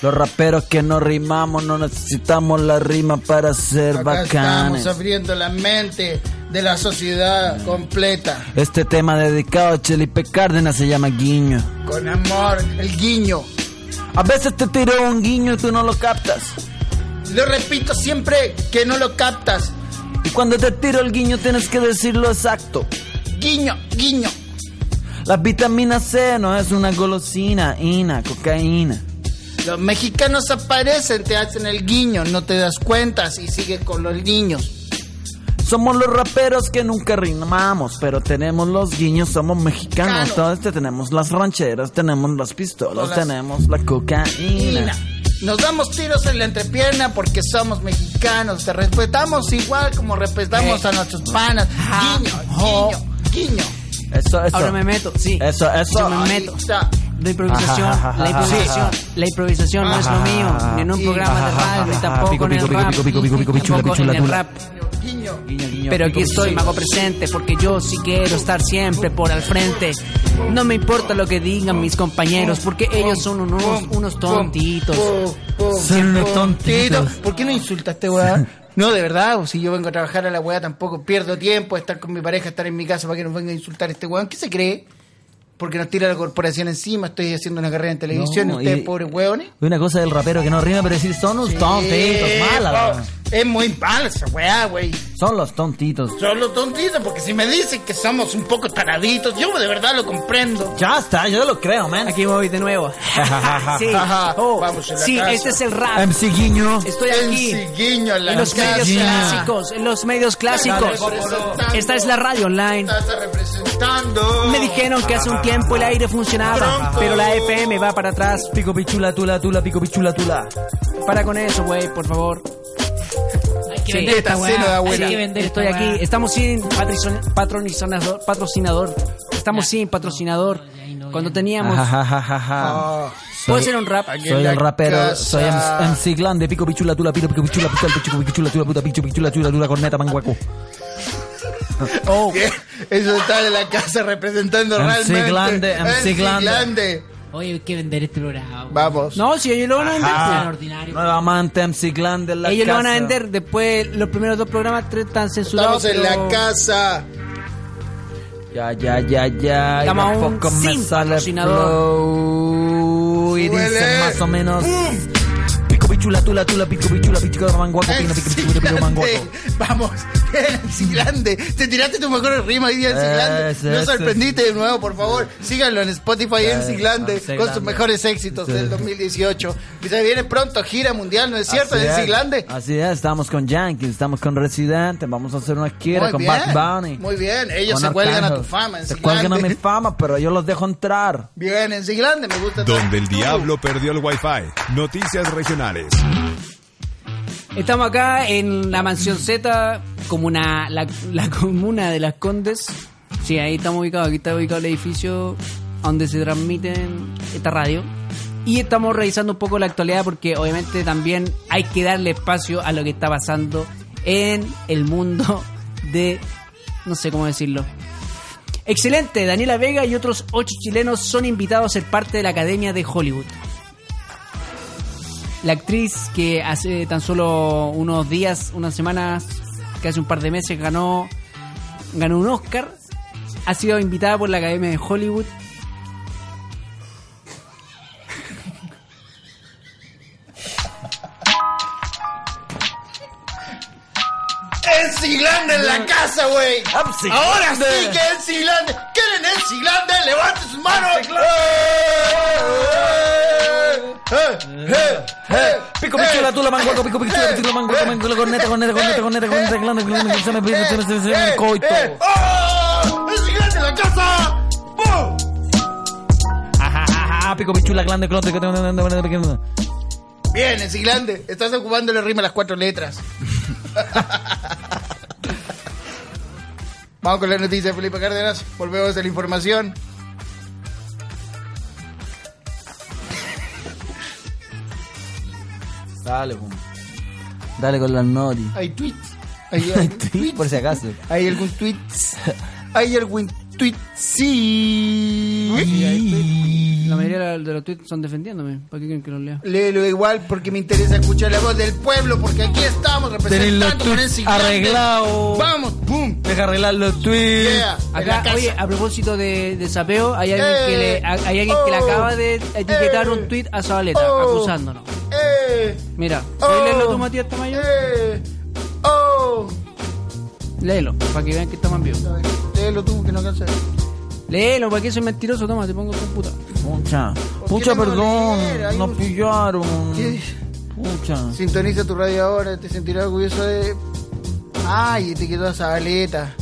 C: Los raperos que no rimamos no necesitamos la rima para ser
B: Acá
C: bacanes.
B: estamos abriendo la mente de la sociedad completa.
C: Este tema dedicado a Chelipe Cárdenas se llama Guiño.
B: Con amor, el guiño.
C: A veces te tiro un guiño y tú no lo captas.
B: Lo repito siempre que no lo captas.
C: Y cuando te tiro el guiño tienes que decirlo exacto.
B: Guiño, guiño.
C: La vitamina C no es una golosina, ina, cocaína.
B: Los mexicanos aparecen, te hacen el guiño, no te das cuentas y sigues con los niños.
C: Somos los raperos que nunca rimamos, pero tenemos los guiños, somos mexicanos.
B: Claro.
C: Todos te- tenemos las rancheras, tenemos las pistolas,
B: Todas las-
C: tenemos la cocaína.
B: Nos damos tiros en la entrepierna porque somos mexicanos. Te respetamos igual como
D: Eh.
B: respetamos a nuestros panas. Guiño, guiño, guiño.
C: Eso, eso.
D: Ahora me meto, sí.
C: Eso, eso.
D: Yo me
B: Ahí
D: meto.
B: está.
D: La improvisación,
C: Ajá,
D: la improvisación, la improvisación no es lo mío, ni en un
B: Sí.
D: programa de
C: Ajá,
D: radio, ni
C: ajá,
D: tampoco
C: pico,
D: en el
C: pico,
D: rap,
C: pico, pico, pico, pico, pichula,
D: tampoco
C: pichula,
D: en el
C: tula.
D: rap.
B: guiño.
D: Pero aquí estoy, mago presente, porque yo sí quiero estar siempre por al frente. No me importa lo que digan mis compañeros, porque ellos son unos, unos tontitos.
C: Son unos tontitos.
B: ¿Por qué no insultaste, weá? No, de verdad, o si yo vengo a trabajar a la weá tampoco pierdo tiempo de estar con mi pareja, estar en mi casa para que nos venga a insultar este weón. ¿Qué se cree? Porque nos tira la corporación encima, estoy haciendo una carrera en televisión, y
C: No,
B: ustedes
C: y-
B: pobres weones.
C: Una cosa del rapero que no rima, pero decir son los tontitos.
B: Eh,
C: Mala,
B: po,
C: weón.
B: es muy mala esa weá, wey.
C: Son los tontitos.
B: Solo tontitos, porque si me dicen que somos un poco taraditos, yo de verdad lo comprendo.
C: Ya está, yo lo creo, man.
D: Aquí voy de nuevo. Sí,
B: Ajá,
D: oh,
B: vamos en la
D: sí,
B: casa.
D: este es el rap.
C: MC Guiño.
D: Estoy
B: El
D: aquí.
B: ciguiño en la
D: En los
B: casa.
D: medios
C: Ya.
D: clásicos, en los medios clásicos.
B: Representando.
D: Esta es la radio online.
B: Estás representando.
D: Me dijeron que hace un tiempo el aire funcionaba,
B: Tronco.
D: pero la FM va para atrás.
C: Pico pichula, tula, tula, pico pichula, tula.
D: Para con eso, güey, por favor.
H: Hay que
D: Sí,
H: vender
B: está
H: esta
B: lleno de
H: weá. Hay
B: abuela.
H: que
B: Sí,
H: vender
D: Estoy
H: esta
D: aquí.
H: weá.
D: Estamos sin patricion- patronizonador- patrocinador. Estamos sin patrocinador.
H: no, ya ahí no,
D: Cuando
H: ya no.
D: teníamos.
B: Ah,
D: Puede ser un rap.
B: aquí en
C: Soy
B: la
C: el rapero,
B: casa.
C: soy em- MC Clan de pico pichula, tula, pico pico pichula, pichula, pico pichula, tula, puta, picho pichula, tula, tula, corneta, manguaco.
D: Oh,
B: Eso está en la casa representando
C: MC
B: realmente.
C: Glande, MC Glande.
B: Glande.
H: Oye, hay que vender este programa. weón.
B: Vamos.
D: No, si ellos lo van a vender.
H: Ah,
C: Ah,
H: ordinario.
C: Nuevamente MC Clan de la
D: ellos lo van a
C: casa.
D: vender. Después, los primeros dos programas tres están censurados.
B: Estamos en la
D: pero-
B: casa.
C: Ya, ya, ya, ya.
D: Estamos
C: y
D: aún
C: tampoco
D: sin
C: me sale el
D: patrocinador.
C: flow. Y
B: Súbele.
C: dicen más o menos. Pico pichula, tula, tula, pico pichula, pico pichula, manguaco, pino, pico
B: MC
C: pichula, pico manguaco.
B: Glande. Vamos. MC Glande. Te tiraste tu mejor rima hoy día, MC Glande.
C: Ese,
B: No
C: ese.
B: sorprendiste de nuevo, por favor. Síganlo en Spotify, MC Glande,
C: MC Glande.
B: con sus mejores éxitos
C: Sí.
B: del 2018. Y se viene pronto gira mundial, ¿no es cierto,
C: Así
B: MC
C: es,
B: Glande?
C: Así es, estamos con Yankees, estamos con Residente, vamos a hacer una gira
B: Muy
C: con
B: bien,
C: Bad Bunny.
B: Muy bien, ellos
C: con
B: se cuelgan a
C: Arcángel.
B: tu fama, MC
C: Se cuelgan a
B: Glande.
C: mi fama, pero yo los dejo entrar.
B: Bien, en Siglande me gusta.
F: Donde el
B: Tú.
F: diablo perdió el Wi-Fi. Noticias regionales.
D: Estamos acá en la mansión Z, comuna, la, la comuna de las Condes. Sí, ahí estamos ubicados, aquí está ubicado el edificio donde se transmite esta radio. Y estamos revisando un poco la actualidad porque obviamente también hay que darle espacio a lo que está pasando en el mundo de, no sé cómo decirlo, Excelente, Daniela Vega y otros ocho chilenos son invitados a ser parte de la Academia de Hollywood. La actriz que hace tan solo unos días, unas semanas, casi un par de meses ganó, ganó un Oscar, ha sido invitada por la Academia de Hollywood.
B: En Siglande en la casa, güey.
C: Ah, pues, Siglande.
B: Ahora sí que en Siglande. ¿Quieren en Siglande? Levante sus manos. Eh, eh,
C: Pico pichula, tula, manguaco, pico pichula, pichula, manguaco, manguaco,
B: Eh,
C: corneta, corneta, corneta, corneta, corneta, corneta, corneta, se me pide, se me- se me- se me- coito.
B: eh, oh, ¡En Siglande en la casa! ¡Bum!
C: Ajajaja, pico pichula, glande, clote, que tengo- tengo- tengo- tengo- tengo- tengo-
B: Bien, en Siglande. Estás ocupando la rima a las cuatro letras. Vamos con la noticia de Felipe Cárdenas. Volvemos a la información.
C: Dale, pum. Dale con las nori.
B: Hay tweets. Hay, hay tweets.
C: Por si acaso.
B: Hay algún tweet. Hay algún tweet. Sí.
D: La mayoría de los tweets son defendiéndome. ¿Para qué quieren que los lea?
B: Léelo igual porque me interesa escuchar la voz del pueblo. Porque aquí estamos
C: Tenés los
B: representando con
C: tweets
B: ese grande.
C: arreglados.
B: Vamos, boom.
C: Deja arreglar los tweets.
B: Yeah. En la
D: Acá,
B: casa.
D: oye, a propósito de, de sapeo, hay alguien,
B: Eh,
D: que, le, a- hay alguien que le
B: oh,
D: acaba de etiquetar
B: eh,
D: un tweet a Zabaleta,
B: oh,
D: acusándolo.
B: Eh,
D: Mira,
B: oh,
D: ¿puedes leerlo tú, Matías Tamayo?
B: eh, oh.
D: Léelo, para que vean que estamos en vivo.
B: Léelo tú, que no cansa.
D: Léelo, para que soy mentiroso, toma, te pongo computa.
C: Pucha,
B: ¿Por
C: pucha,
B: qué no
C: perdón,
B: leer? Hay
C: nos
B: un-
C: pillaron.
B: ¿Qué?
C: Pucha.
B: Sintoniza tu radio ahora, te sentirás orgulloso de. Ay, te quedó esa aleta.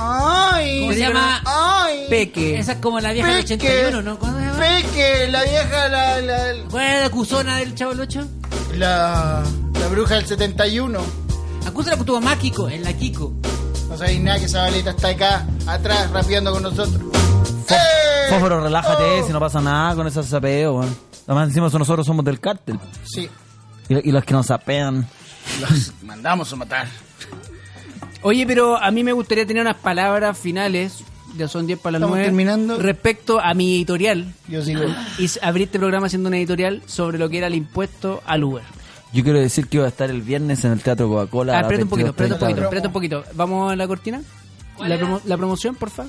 B: Ay,
H: ¿Cómo se llama?
B: Ay,
D: Peque.
H: Esa es como la vieja del 81, ¿no? ¿Cuándo se llama?
B: Peque, la vieja, la. La,
H: ¿Cuál era la cusona del chavo del 8?
B: la, la bruja del 71.
H: Acúsala con tu mamá, Kiko. Es la Kiko.
B: No sabéis nada que esa aleta está acá, atrás, rapeando con nosotros. ¡Eh!
C: Fósforo, relájate,
B: Oh.
C: si no pasa nada con ese sapeo, weón. Además, encima nosotros somos del cártel.
B: Sí,
C: Y, y los que nos sapean.
B: los mandamos a matar.
D: Oye, pero a mí me gustaría tener unas palabras finales. Ya son 10 para las
B: Estamos
D: 9.
B: terminando.
D: Respecto a mi editorial.
B: Yo sigo.
H: Ah.
D: Y s- abrí este programa haciendo una editorial sobre lo que era el impuesto al Uber.
C: Yo quiero decir que iba a estar el viernes en el Teatro Coca-Cola. a
D: Ah,
C: las
D: espérate un
C: 22:30
D: poquito, espérate un poquito,
C: horas.
D: espérate un poquito. ¿Vamos a la cortina? La, promo- la promoción, porfa.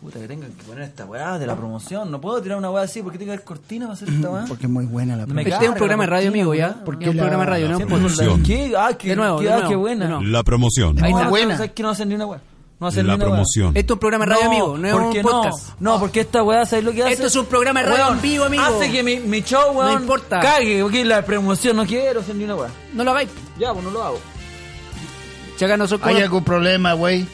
C: Puta, que tengan que poner esta weá de la promoción. No puedo tirar una weá así porque tengo que dar cortina para hacer esta weá.
B: Porque es muy buena la
C: Me
B: pregunta.
C: cago.
D: Este es un
C: carga,
D: programa de radio,
C: Martín,
D: amigo, ¿ya?
C: weón.
D: Porque
B: Que
D: es un
B: la-
D: programa de radio, ¿no?
B: la
D: es un podcast.
F: promoción.
C: ¿Qué? Ah, qué,
D: De nuevo,
C: qué-
D: de
C: ah,
D: nuevo,
C: qué buena.
D: de nuevo.
F: La promoción.
D: Ahí está.
C: No,
B: buena.
C: ¿sabes qué? no hacen ni una weá. No hacen
F: La
C: ni una weá.
F: promoción.
D: Esto es un programa de radio, amigo, no es
C: ¿por
D: un
C: qué
D: podcast.
C: No, no, porque esta weá, ¿sabes lo que hace?
D: Esto es un programa de radio
C: Weón,
D: en vivo, amigo.
C: Hace que mi, mi show, weón,
D: No importa.
C: cague, porque la promoción no quiero hacer ni una weá.
D: No lo hagáis.
C: Ya, pues no lo hago.
D: Chaca, no soy
B: Hay
D: como-
B: algún problema, güey.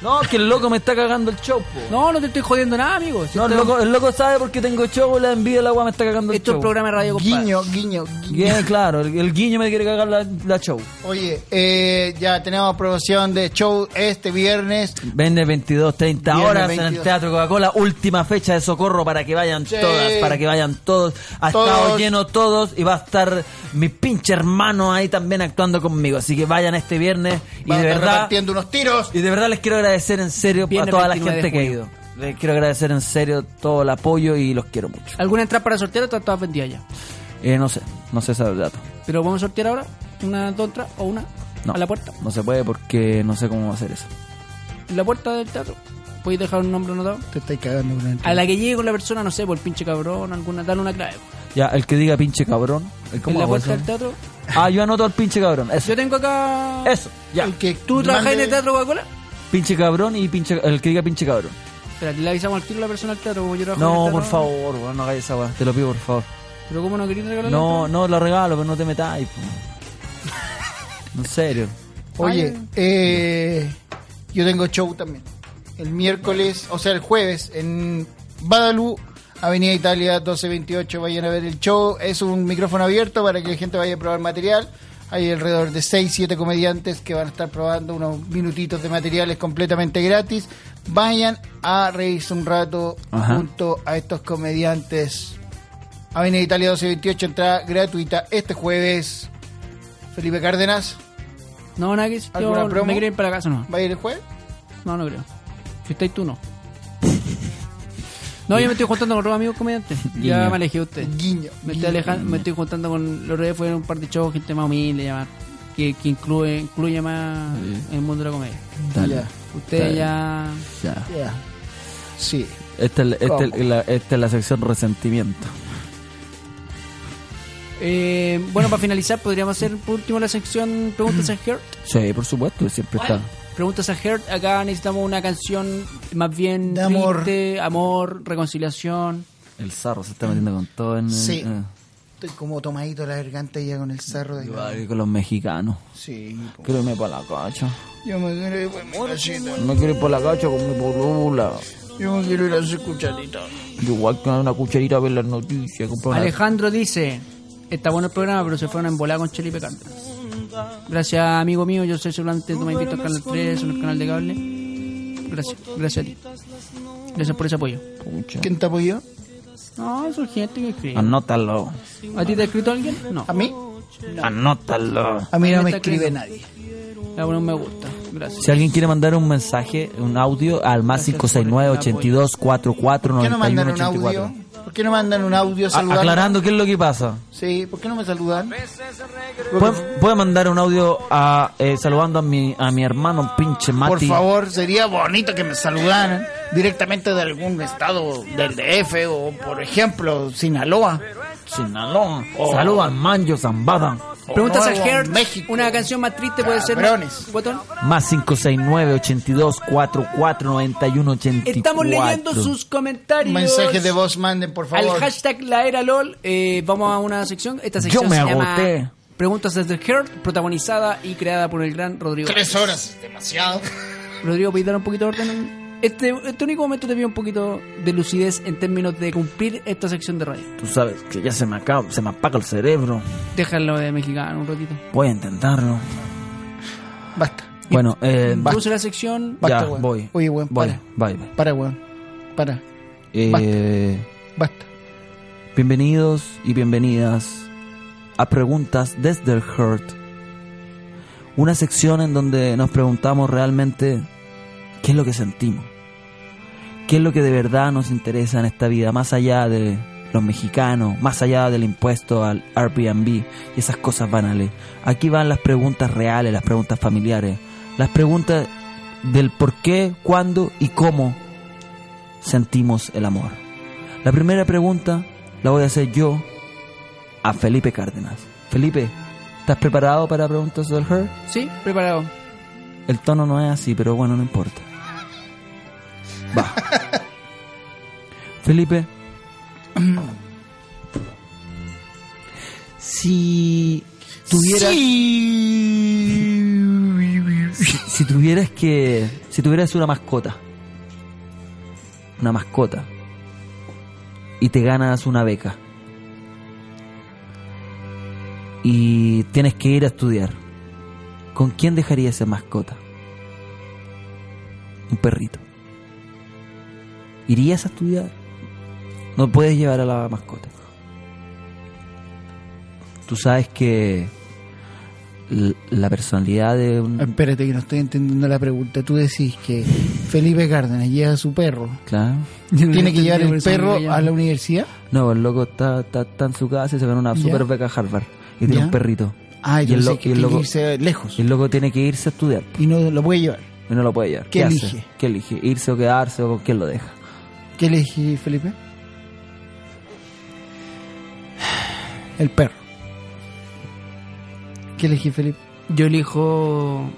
C: No, que el loco me está cagando el show, po.
D: No, no te estoy jodiendo nada, amigo. Si
C: No, el
D: esto-
C: loco, el loco sabe porque tengo show, la envidia la weá me está cagando el
D: Esto es
C: show.
D: un programa de radio, compadre.
B: Guiño, guiño, guiño.
C: Bien, claro, el, el guiño me quiere cagar la, la show.
B: Oye, eh, ya tenemos aprobación de show este viernes.
C: Vende 22, 30
B: Viernes
C: horas en el
B: 22.
C: Teatro Coca-Cola, última fecha de socorro para que vayan
B: Sí.
C: todas, para que vayan todos. Ha
B: Todos.
C: estado lleno todos y va a estar mi pinche hermano ahí también actuando conmigo. Así que vayan este viernes y
B: Vamos
C: de
B: a estar
C: verdad
B: repartiendo unos tiros.
C: y de verdad les quiero agradecer en serio
D: Viernes
C: a toda la
D: 29
C: gente
D: de
C: que ha
D: junio.
C: ido. Les quiero agradecer en serio todo el apoyo y los quiero mucho.
D: ¿Alguna entrada para sortear o están todas vendidas ya?
C: Eh, no sé, no sé ese dato.
D: ¿Pero vamos a sortear ahora? ¿Una, dos entradas o una?
C: No,
D: ¿A la puerta?
C: No se puede porque no sé cómo hacer eso.
D: ¿En la puerta del teatro? ¿Podéis dejar un nombre anotado?
B: Te estáis cagando con
D: A la que llegue con la persona, no sé, por el pinche cabrón, alguna, dale una clave.
C: Ya, el que diga pinche cabrón.
D: ¿En
C: ¿cómo
D: la
C: hago
D: puerta
C: eso?
D: del teatro?
C: Ah, yo anoto al pinche cabrón. Eso,
D: Yo tengo acá...
C: eso, ya.
B: El que
D: ¿Tú trabajas en
B: mande-
D: el teatro Coca-Cola?
C: Pinche cabrón y pinche, el que diga pinche cabrón.
D: Espérate, le avisamos al tiro a la persona del teatro, porque yo trabajo en
C: No,
D: el
C: por
D: teatro.
C: favor, weón, no hagáis esa weá. Te lo pido, por favor.
D: ¿Pero cómo no querías regalar
C: No, no lo regalo, pero no te metáis. po. En serio.
B: Oye, eh, yo tengo show también. El miércoles, o sea, el jueves, en Badalú, Avenida Italia 1228. Vayan a ver el show. Es un micrófono abierto para que la gente vaya a probar material. Hay alrededor de 6, 7 comediantes que van a estar probando unos minutitos de materiales completamente gratis. Vayan a reírse un rato
C: Ajá.
B: junto a estos comediantes. Avenida Italia 1228, entrada gratuita este jueves. Felipe Cárdenas,
D: No, nada que decir, yo
B: ¿Alguna promo?
D: me quiero ir para casa, no.
B: ¿va a ir el jueves?
D: No, no creo. Si estáis tú, no. No, yo me estoy juntando con otros amigos comediantes. Ya
C: Guiño.
D: me alejé de usted.
B: Guiño.
D: Me estoy, alejando, me estoy juntando con los redes, fueron un par de shows, gente más humilde, ya más, que, que incluye, incluye más el mundo de la comedia.
B: Dale.
D: Ustedes ya...
C: Ya.
B: Ya. Sí.
C: Esta es, la- esta es
B: ¿Cómo?
C: la, esta es la sección resentimiento.
D: Eh, bueno, para finalizar, podríamos hacer por último la sección Preguntas a Heart.
C: Sí, por supuesto, siempre está.
D: Preguntas a Heart, acá necesitamos una canción más bien
B: De amor.
D: triste, amor, reconciliación.
C: El zarro se está metiendo con todo en. eh,
B: Sí.
C: en-
B: Estoy como tomadito la garganta ya con el sarro de
C: Igual que con los mexicanos.
B: Sí. po.
C: Quiero irme para la cacha.
B: Yo me quiero ir por mi casita.
C: No quiero ir para la cacha con mi porula.
B: Yo me quiero ir a hacer cucharita.
C: Igual que una cucharita a ver las noticias. comprar una-
D: Alejandro dice, está bueno el programa, pero se fueron a embolar con Chelipe Cárdenas. Gracias, amigo mío, yo soy solamente tu invito al Canal 3, en el canal de cable. Gracias, gracias a ti. Gracias por ese apoyo.
C: Pucha.
B: ¿Quién te apoyó?
D: No, son gente que
B: Ah,
D: escribe.
C: Anótalo.
D: ¿A ti te ha escrito alguien? No.
B: ¿A mí?
C: Anótalo.
B: A mí
D: Ahí
B: no
D: me
B: me
D: está
B: escribe
D: escribiendo.
B: nadie.
D: La bueno, me gusta. Gracias.
C: Si alguien quiere mandar un mensaje, un audio, al más 569 82 44
B: ¿Por qué no mandan
C: 91
B: un audio? ¿Por qué no mandan un audio saludando?
C: Aclarando qué es lo que pasa.
B: Sí, ¿por qué no me saludan?
C: Pueden, pueden mandar un audio a, eh, saludando a mi, a mi hermano, pinche Mati.
B: Por favor, sería bonito que me saludaran directamente de algún estado del DF o, por ejemplo, Sinaloa.
C: Sinaloa.
B: Oh.
C: Saluda al Manjo Zambada.
D: Preguntas a
B: Nuevo
D: Heart.
B: México.
D: Una canción más triste puede ser.
B: Cabrones.
D: Botón.
C: Más 569 82 44 91 84.
D: Estamos leyendo sus comentarios.
B: Mensajes de voz manden, por favor.
D: Al hashtag la era LOL, eh, vamos a una sección. Esta sección
C: Yo me
D: se
C: agoté.
D: llama Preguntas desde Heart, protagonizada y creada por el gran Rodrigo.
B: Tres horas, demasiado.
D: Rodrigo, ¿puedes dar un poquito de orden? Este, este único momento te pido un poquito de lucidez en términos de cumplir esta sección de radio.
C: Tú sabes que ya se me acaba, se me apaga el cerebro.
D: Déjalo de mexicano un ratito.
C: Voy a intentarlo.
B: Basta.
C: Bueno, eh,
D: Introduce la sección.
B: Basta,
C: ya,
B: weón.
C: voy.
B: Oye, weón,
C: voy,
B: para.
C: bye, bye.
B: Para, weón. Para.
C: Eh,
B: Basta.
C: bienvenidos y bienvenidas a Preguntas desde el Heart. una sección en donde nos preguntamos realmente qué es lo que sentimos, qué es lo que de verdad nos interesa en esta vida, más allá de los mexicanos, más allá del impuesto al Airbnb y esas cosas banales. Aquí van las preguntas reales, las preguntas familiares, las preguntas del por qué, cuándo y cómo sentimos el amor. La primera pregunta la voy a hacer yo a Felipe Cárdenas. Felipe, ¿estás preparado para preguntas del her?
D: Sí, preparado.
C: El tono no es así, pero bueno, no importa. Va. Felipe. Si tuvieras. Si, si tuvieras que. Si tuvieras una mascota. Una mascota. Y te ganas una beca. Y tienes que ir a estudiar. ¿Con quién dejarías esa mascota? Un perrito. ¿Irías a estudiar? No puedes llevar a la mascota. Tú sabes que l- la personalidad de un...
B: Ah, Espérate que no estoy entendiendo la pregunta. Tú decís que Felipe Cárdenas lleva a su perro.
C: Claro.
B: ¿Tiene que llevar el
D: entendí por
B: perro
D: eso, ya.
B: a la universidad?
C: No, el loco está, está, está en su casa y se ganó una
B: Ya.
C: super beca a Harvard. Y tiene
B: Ya.
C: un perrito.
B: Ah,
C: y el,
B: entonces
C: lo-
B: que
C: y
B: tiene
C: el
B: que
C: loco,
B: irse lejos.
C: y el loco tiene que irse a estudiar.
B: Y no lo puede llevar.
C: Y no lo puede llevar.
B: ¿Qué
C: hace?
B: elige?
C: ¿Qué elige? ¿Irse o quedarse o con quién lo deja?
B: ¿Qué elegí, Felipe? El perro. ¿Qué elegí, Felipe?
D: Yo elijo,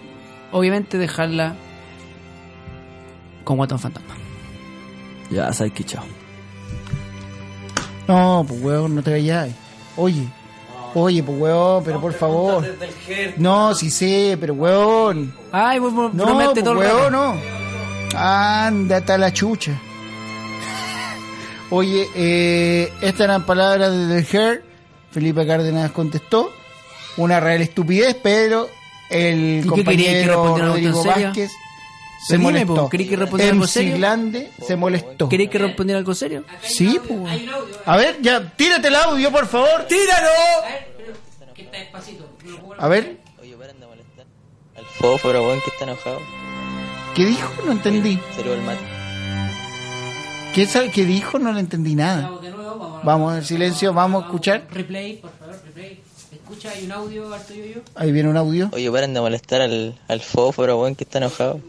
D: obviamente, dejarla con Guatón Fantasma.
C: Ya, sabes que chao.
B: No, pues weón, no te vayas. Oye, oye, pues weón, pero por favor. No, sí sé, pero weón.
D: Ay, vos vos
B: No,
D: promete
B: pues,
D: todo el
B: weón,
D: rato.
B: no. Ándate a la chucha. Oye, eh, estas eran palabras de The Her. Felipe Cárdenas contestó. Una real estupidez, pero el
D: qué quería?
B: compañero
D: ¿Que respondiera algo en
B: Rodrigo
D: serio? Pues
B: Vázquez se
D: Dime,
B: molestó.
D: po, ¿querí que respondiera algo
B: MC
D: serio?
B: Glande se molestó.
D: ¿Queréis que respondiera algo serio?
B: Sí, po. A ver, ya, tírate el audio, por favor. ¡Tíralo!
H: Que está despacito.
B: A ver,
I: Oye, paren de molestar. Al fósforo, weón, que está enojado.
B: ¿qué dijo? No entendí.
I: Ceró el mate.
B: ¿Qué, sal- qué dijo? No le entendí nada.
H: Vamos de nuevo, vamos.
B: Vamos, en silencio, vamos a escuchar.
H: Replay, por favor, replay. Escucha, hay un audio al tuyo yo.
B: Ahí viene un audio.
I: Oye, paren de molestar al, al fósforo, weón, que está enojado.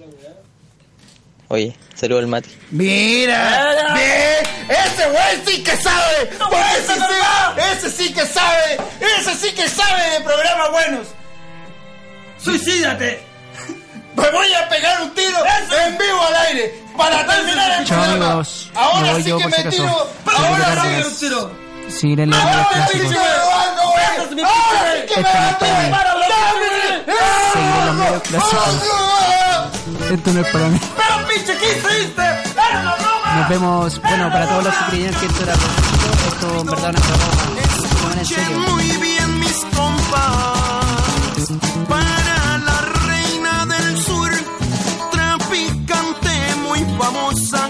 I: Oye, ceró el mate.
B: ¡Mira! ¡Bien! ¡Ese güey sí que sabe! Pues ¡Ese sí! ¡Ese sí que sabe! ¡Ese sí que sabe de programas buenos!
E: ¡Suicídate!
B: ¡Me voy a pegar un tiro en vivo al aire! ¡Para terminar el
D: Chao,
B: programa!
D: amigos.
B: ¡Ahora
D: Me voy
B: sí
D: yo,
B: que
D: por
B: me
D: si acaso.
B: tiro!
D: Felipe
B: ¡Ahora sí!
D: Cárdenas.
E: un tiro!
D: Seguiré leyendo
E: ¡Ah!
D: los
B: ¡Ahora sí que
D: clásicos.
B: me levanto, güey! ¡Ahora sí que me
D: Esta no
B: levanto!
D: es para mí.
B: ¡Dame!
D: Seguiré los medios clásicos.
B: ¡Oh,
D: Esto no es para mí.
E: ¡Pero pinche, qué hiciste! ¡Era una broma!
D: Nos vemos. Bueno, para todos los que creían que esto era propósito, esto en verdad no es broma. Se toman en serio.
E: Muy bien, mis compas. Para la reina del sur, traficante muy famosa,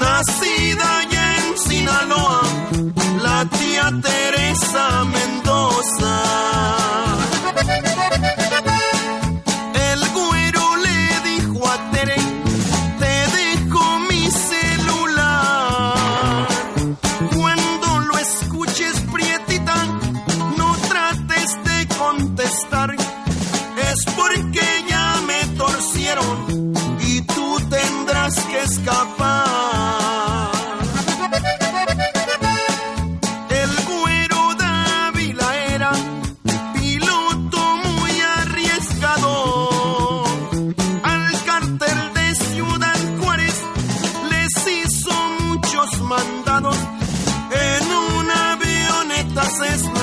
E: nacida ya en Sinaloa, la tía Teresa Mendoza. El güero le dijo a Tere, te dejo mi celular. Cuando lo escuches, prietita, no trates de contestar. Es porque ya me torcieron y tú tendrás que escapar. El güero Dávila era piloto muy arriesgado. Al cartel de Ciudad Juárez les hizo muchos mandados en una avioneta Cessna